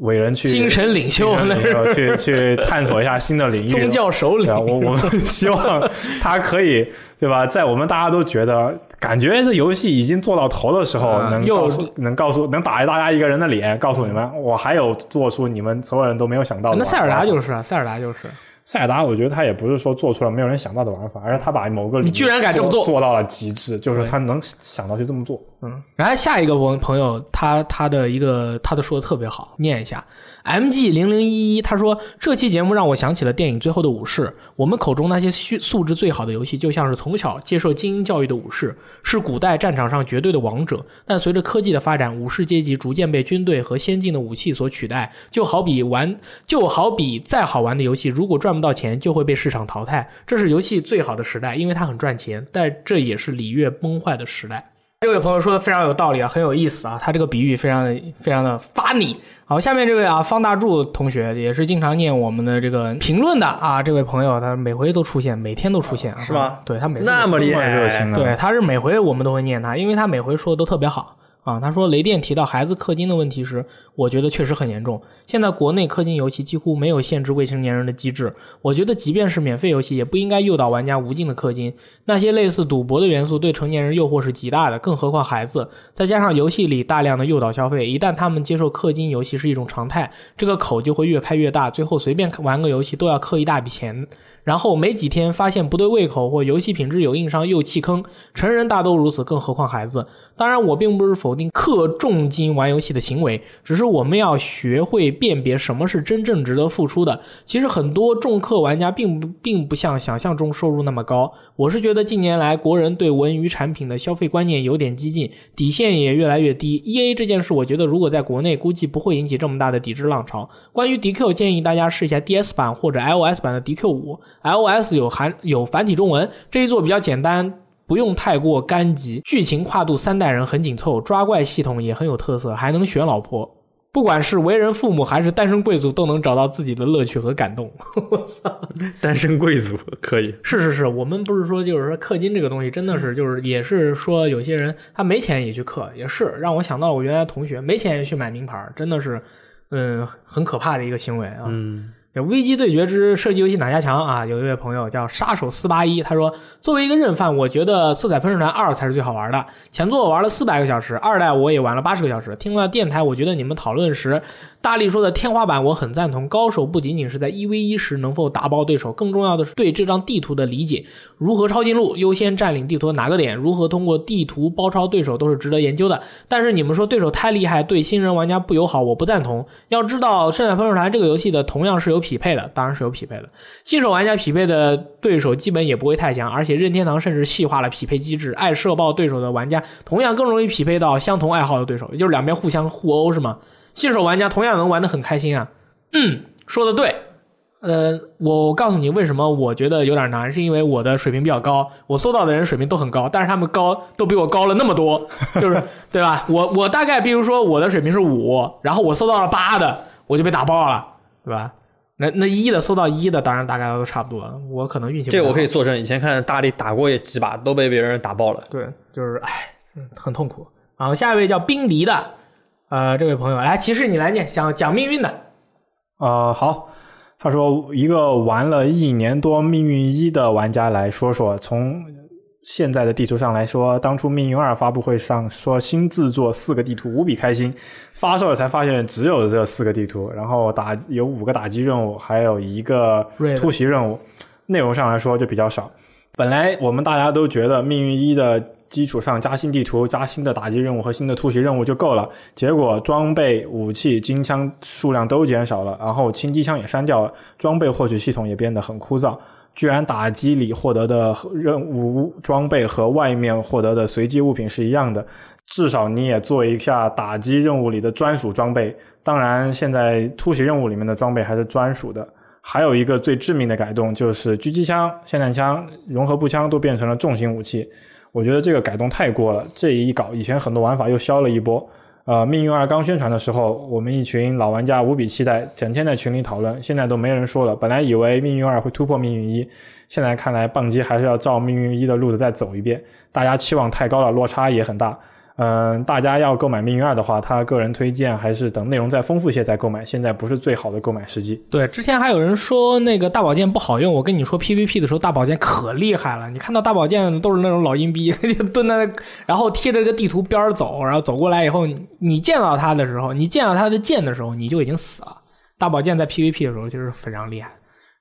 伟人去精神领袖精神那领是袖去 <laughs> 去探索一下新的领域，宗教首对领啊，。我我们 <laughs> 希望他可以，对吧？在我们大家都觉得感觉这游戏已经做到头的时候，啊能又告诉能告诉能打大家一个人的脸，告诉你们，我还有做出你们所有人都没有想到的玩那法。塞尔达就是啊，塞尔达就是，塞尔达，我觉得他也不是说做出了没有人想到的玩法，而是他把某个你居然敢这么做做做到了极致，就是他能想到去这么做。嗯。然后下一个朋朋友，他他的一个他的说的特别好，念一下，MG 零零一一，他说这期节目让我想起了电影《最后的武士》，我们口中那些素素质最好的游戏，就像是从小接受精英教育的武士，是古代战场上绝对的王者。但随着科技的发展，武士阶级逐渐被军队和先进的武器所取代，就好比玩，就好比再好玩的游戏，如果赚不到钱，就会被市场淘汰。这是游戏最好的时代，因为它很赚钱，但这也是礼乐崩坏的时代。这位朋友说的非常有道理啊，很有意思啊，他这个比喻非常的非常的发你。好，下面这位啊，方大柱同学也是经常念我们的这个评论的啊，这位朋友他每回都出现，每天都出现啊，是吗对他每次都那么厉害，这么热情呢对，他是每回我们都会念他，因为他每回说的都特别好啊。他说雷电提到孩子氪金的问题时，我觉得确实很严重。现在国内氪金游戏几乎没有限制未成年人的机制，我觉得即便是免费游戏，也不应该诱导玩家无尽的氪金。那些类似赌博的元素对成年人诱惑是极大的，更何况孩子。再加上游戏里大量的诱导消费，一旦他们接受氪金游戏是一种常态，这个口就会越开越大，最后随便玩个游戏都要氪一大笔钱。然后没几天发现不对胃口或游戏品质有硬伤又弃坑，成人大都如此，更何况孩子。当然，我并不是否定氪重金玩游戏的行为，只是我们要学会辨别什么是真正值得付出的。其实很多重氪玩家并不并不像想象中收入那么高。我是觉得近年来国人对文娱产品的消费观念有点激进，底线也越来越低。E A 这件事，我觉得如果在国内，估计不会引起这么大的抵制浪潮。关于 DQ，建议大家试一下 DS 版或者 iOS 版的 DQ 五，iOS 有含有繁体中文，这一做比较简单。不用太过干急，剧情跨度三代人很紧凑，抓怪系统也很有特色，还能选老婆。不管是为人父母还是单身贵族，都能找到自己的乐趣和感动。 <laughs> 我操！单身贵族可以。是是是，我们不是说就是说氪金这个东西，真的是就是也是说有些人他没钱也去氪，也是让我想到了我原来同学没钱也去买名牌儿，真的是嗯很可怕的一个行为啊。 <laughs> 嗯， 《危机对决之射击游戏哪家强》啊，有一位朋友叫杀手四八一，他说：“作为一个任犯，我觉得《色彩喷射团二》才是最好玩的。前作我玩了四百个小时，二代我也玩了八十个小时。听了电台，我觉得你们讨论时，大力说的天花板我很赞同。高手不仅仅是在一 v 一时能否打爆对手，更重要的是对这张地图的理解，如何抄近路，优先占领地图的哪个点，如何通过地图包抄对手，都是值得研究的。但是你们说对手太厉害，对新人玩家不友好，我不赞同。要知道，《圣战分手团》这个游戏的同样是由匹配的，当然是有匹配的。新手玩家匹配的对手基本也不会太强，而且任天堂甚至细化了匹配机制，爱社爆对手的玩家同样更容易匹配到相同爱好的对手，也就是两边互相互殴是吗？新手玩家同样能玩得很开心啊。嗯，说的对。呃，我告诉你为什么我觉得有点难，是因为我的水平比较高，我搜到的人水平都很高，但是他们高都比我高了那么多， <laughs> 就是对吧？我我大概比如说我的水平是五，然后我搜到了八的，我就被打爆了，对吧？那那一的搜到一的，当然大概都差不多了，我可能运气不这个我太可以好作证，以前看大力打过也几把，都被别人打爆了。对，就是唉，嗯很痛苦。然后下一位叫冰梨的，呃，这位朋友来，骑士你来念，讲讲命运的，呃，好，他说一个玩了一年多《命运一》的玩家来说说，从现在的地图上来说，当初《命运二》发布会上说新制作四个地图无比开心，发售了才发现只有这四个地图，然后打有五个打击任务，还有一个瑞的突袭任务，内容上来说就比较少。本来我们大家都觉得《命运一》的基础上加新地图、加新的打击任务和新的突袭任务就够了，结果装备、武器、金枪数量都减少了，然后轻机枪也删掉了，装备获取系统也变得很枯燥。居然打击里获得的任务装备和外面获得的随机物品是一样的，至少你也做一下打击任务里的专属装备。当然，现在突袭任务里面的装备还是专属的。还有一个最致命的改动就是狙击枪、霰弹枪、融合步枪都变成了重型武器。我觉得这个改动太过了，这一搞，以前很多玩法又消了一波。呃，命运二刚宣传的时候，我们一群老玩家无比期待，整天在群里讨论，现在都没人说了。本来以为命运二会突破命运一，现在看来棒机还是要照命运一的路子再走一遍。大家期望太高了，落差也很大。嗯，大家要购买命运二的话，他个人推荐还是等内容再丰富些再购买，现在不是最好的购买时机。对，之前还有人说那个大宝剑不好用，我跟你说 PVP 的时候大宝剑可厉害了，你看到大宝剑都是那种老阴逼， <laughs> 就蹲在那，然后贴着个地图边儿走，然后走过来以后，你你见到他的时候，你见到他的剑的时候，你就已经死了。大宝剑在 PVP 的时候就是非常厉害。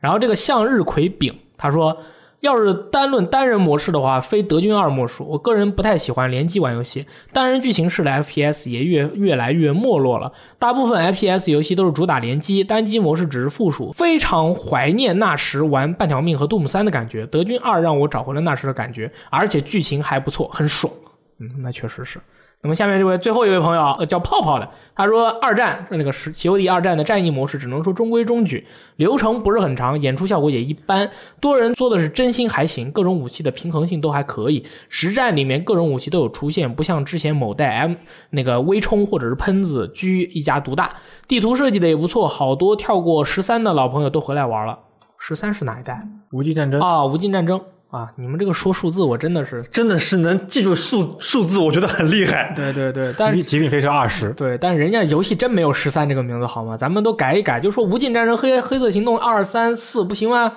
然后这个向日葵饼，他说要是单论单人模式的话，非德军二莫属。我个人不太喜欢联机玩游戏，单人剧情式的 FPS 也越越来越没落了。大部分 FPS 游戏都是主打联机，单机模式只是附属。非常怀念那时玩《半条命》和《杜姆三》的感觉，《德军二》让我找回了那时的感觉，而且剧情还不错，很爽。嗯，那确实是。那么下面这位最后一位朋友呃叫泡泡的，他说二战那个是《COD 二战》的战役模式只能说中规中矩，流程不是很长，演出效果也一般，多人做的是真心还行，各种武器的平衡性都还可以。实战里面各种武器都有出现，不像之前某代 M 那个微冲或者是喷子狙一家独大。地图设计的也不错，好多跳过十三的老朋友都回来玩了。十三是哪一代无极战争啊？无尽战争啊！你们这个说数字，我真的是真的是能记住数数字，我觉得很厉害。对对对，但是极品极品飞车二十，对，但人家游戏真没有十三这个名字好吗？咱们都改一改，就说《无尽战争》黑、黑色行动二、三、四不行吗？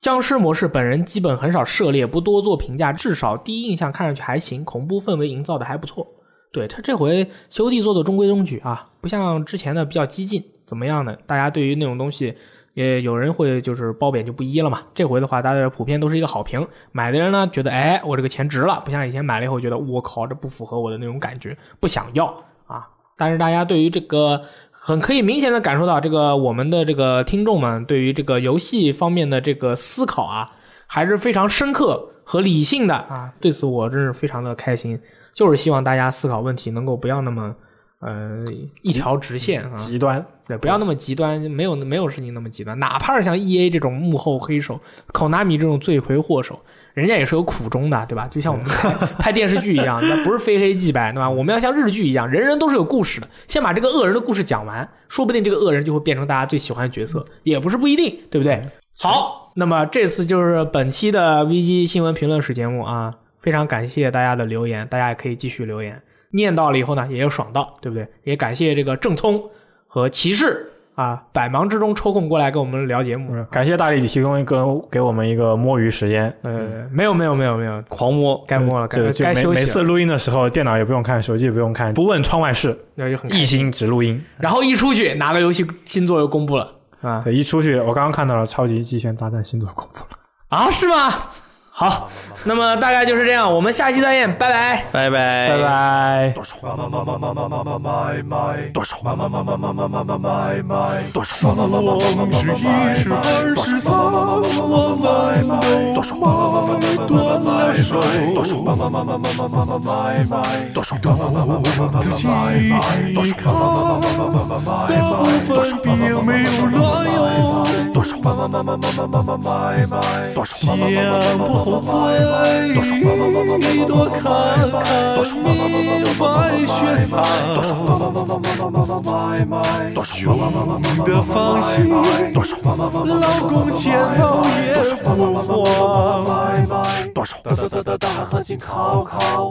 僵尸模式本人基本很少涉猎，不多做评价，至少第一印象看上去还行，恐怖氛围营造的还不错。对他这回修弟做的中规中矩啊，不像之前的比较激进，怎么样呢？大家对于那种东西，也有人会就是褒贬就不一了嘛。这回的话，大家普遍都是一个好评，买的人呢觉得哎，我这个钱值了，不像以前买了以后觉得我靠，这不符合我的那种感觉，不想要啊。但是大家对于这个很可以明显的感受到，这个我们的这个听众们对于这个游戏方面的这个思考啊，还是非常深刻和理性的啊。对此我真是非常的开心，就是希望大家思考问题能够不要那么呃一条直线啊，极端。对，不要那么极端，没有没有事情那么极端。哪怕是像 E A 这种幕后黑手，Konami 这种罪魁祸首，人家也是有苦衷的，对吧？就像我们拍拍电视剧一样，那不是非黑即白，对吧？我们要像日剧一样，人人都是有故事的。先把这个恶人的故事讲完，说不定这个恶人就会变成大家最喜欢的角色，也不是不一定，对不对？好，那么这次就是本期的 V G 新闻评论室节目啊，非常感谢大家的留言，大家也可以继续留言，念到了以后呢，也有爽到，对不对？也感谢这个正聪。和骑士啊，百忙之中抽空过来跟我们聊节目。感谢大力提供一个给我们一个摸鱼时间，呃，没有没有没有没有，狂摸，该摸了，该就就该每休每息次了，录音的时候，电脑也不用看，手机也不用看，不问窗外事，那就很开一心。心只录音。然后一出去，哪个游戏新作又公布了啊？对，一出去，我刚刚看到了《超级极限大战星座公布了，啊，是吗？好，那么大概就是这样，我们下期再见，拜拜。拜拜拜拜。先不后悔，多看看明白雪堂。你的芳心，老公前头也不忘。大大大大大汗心烤烤。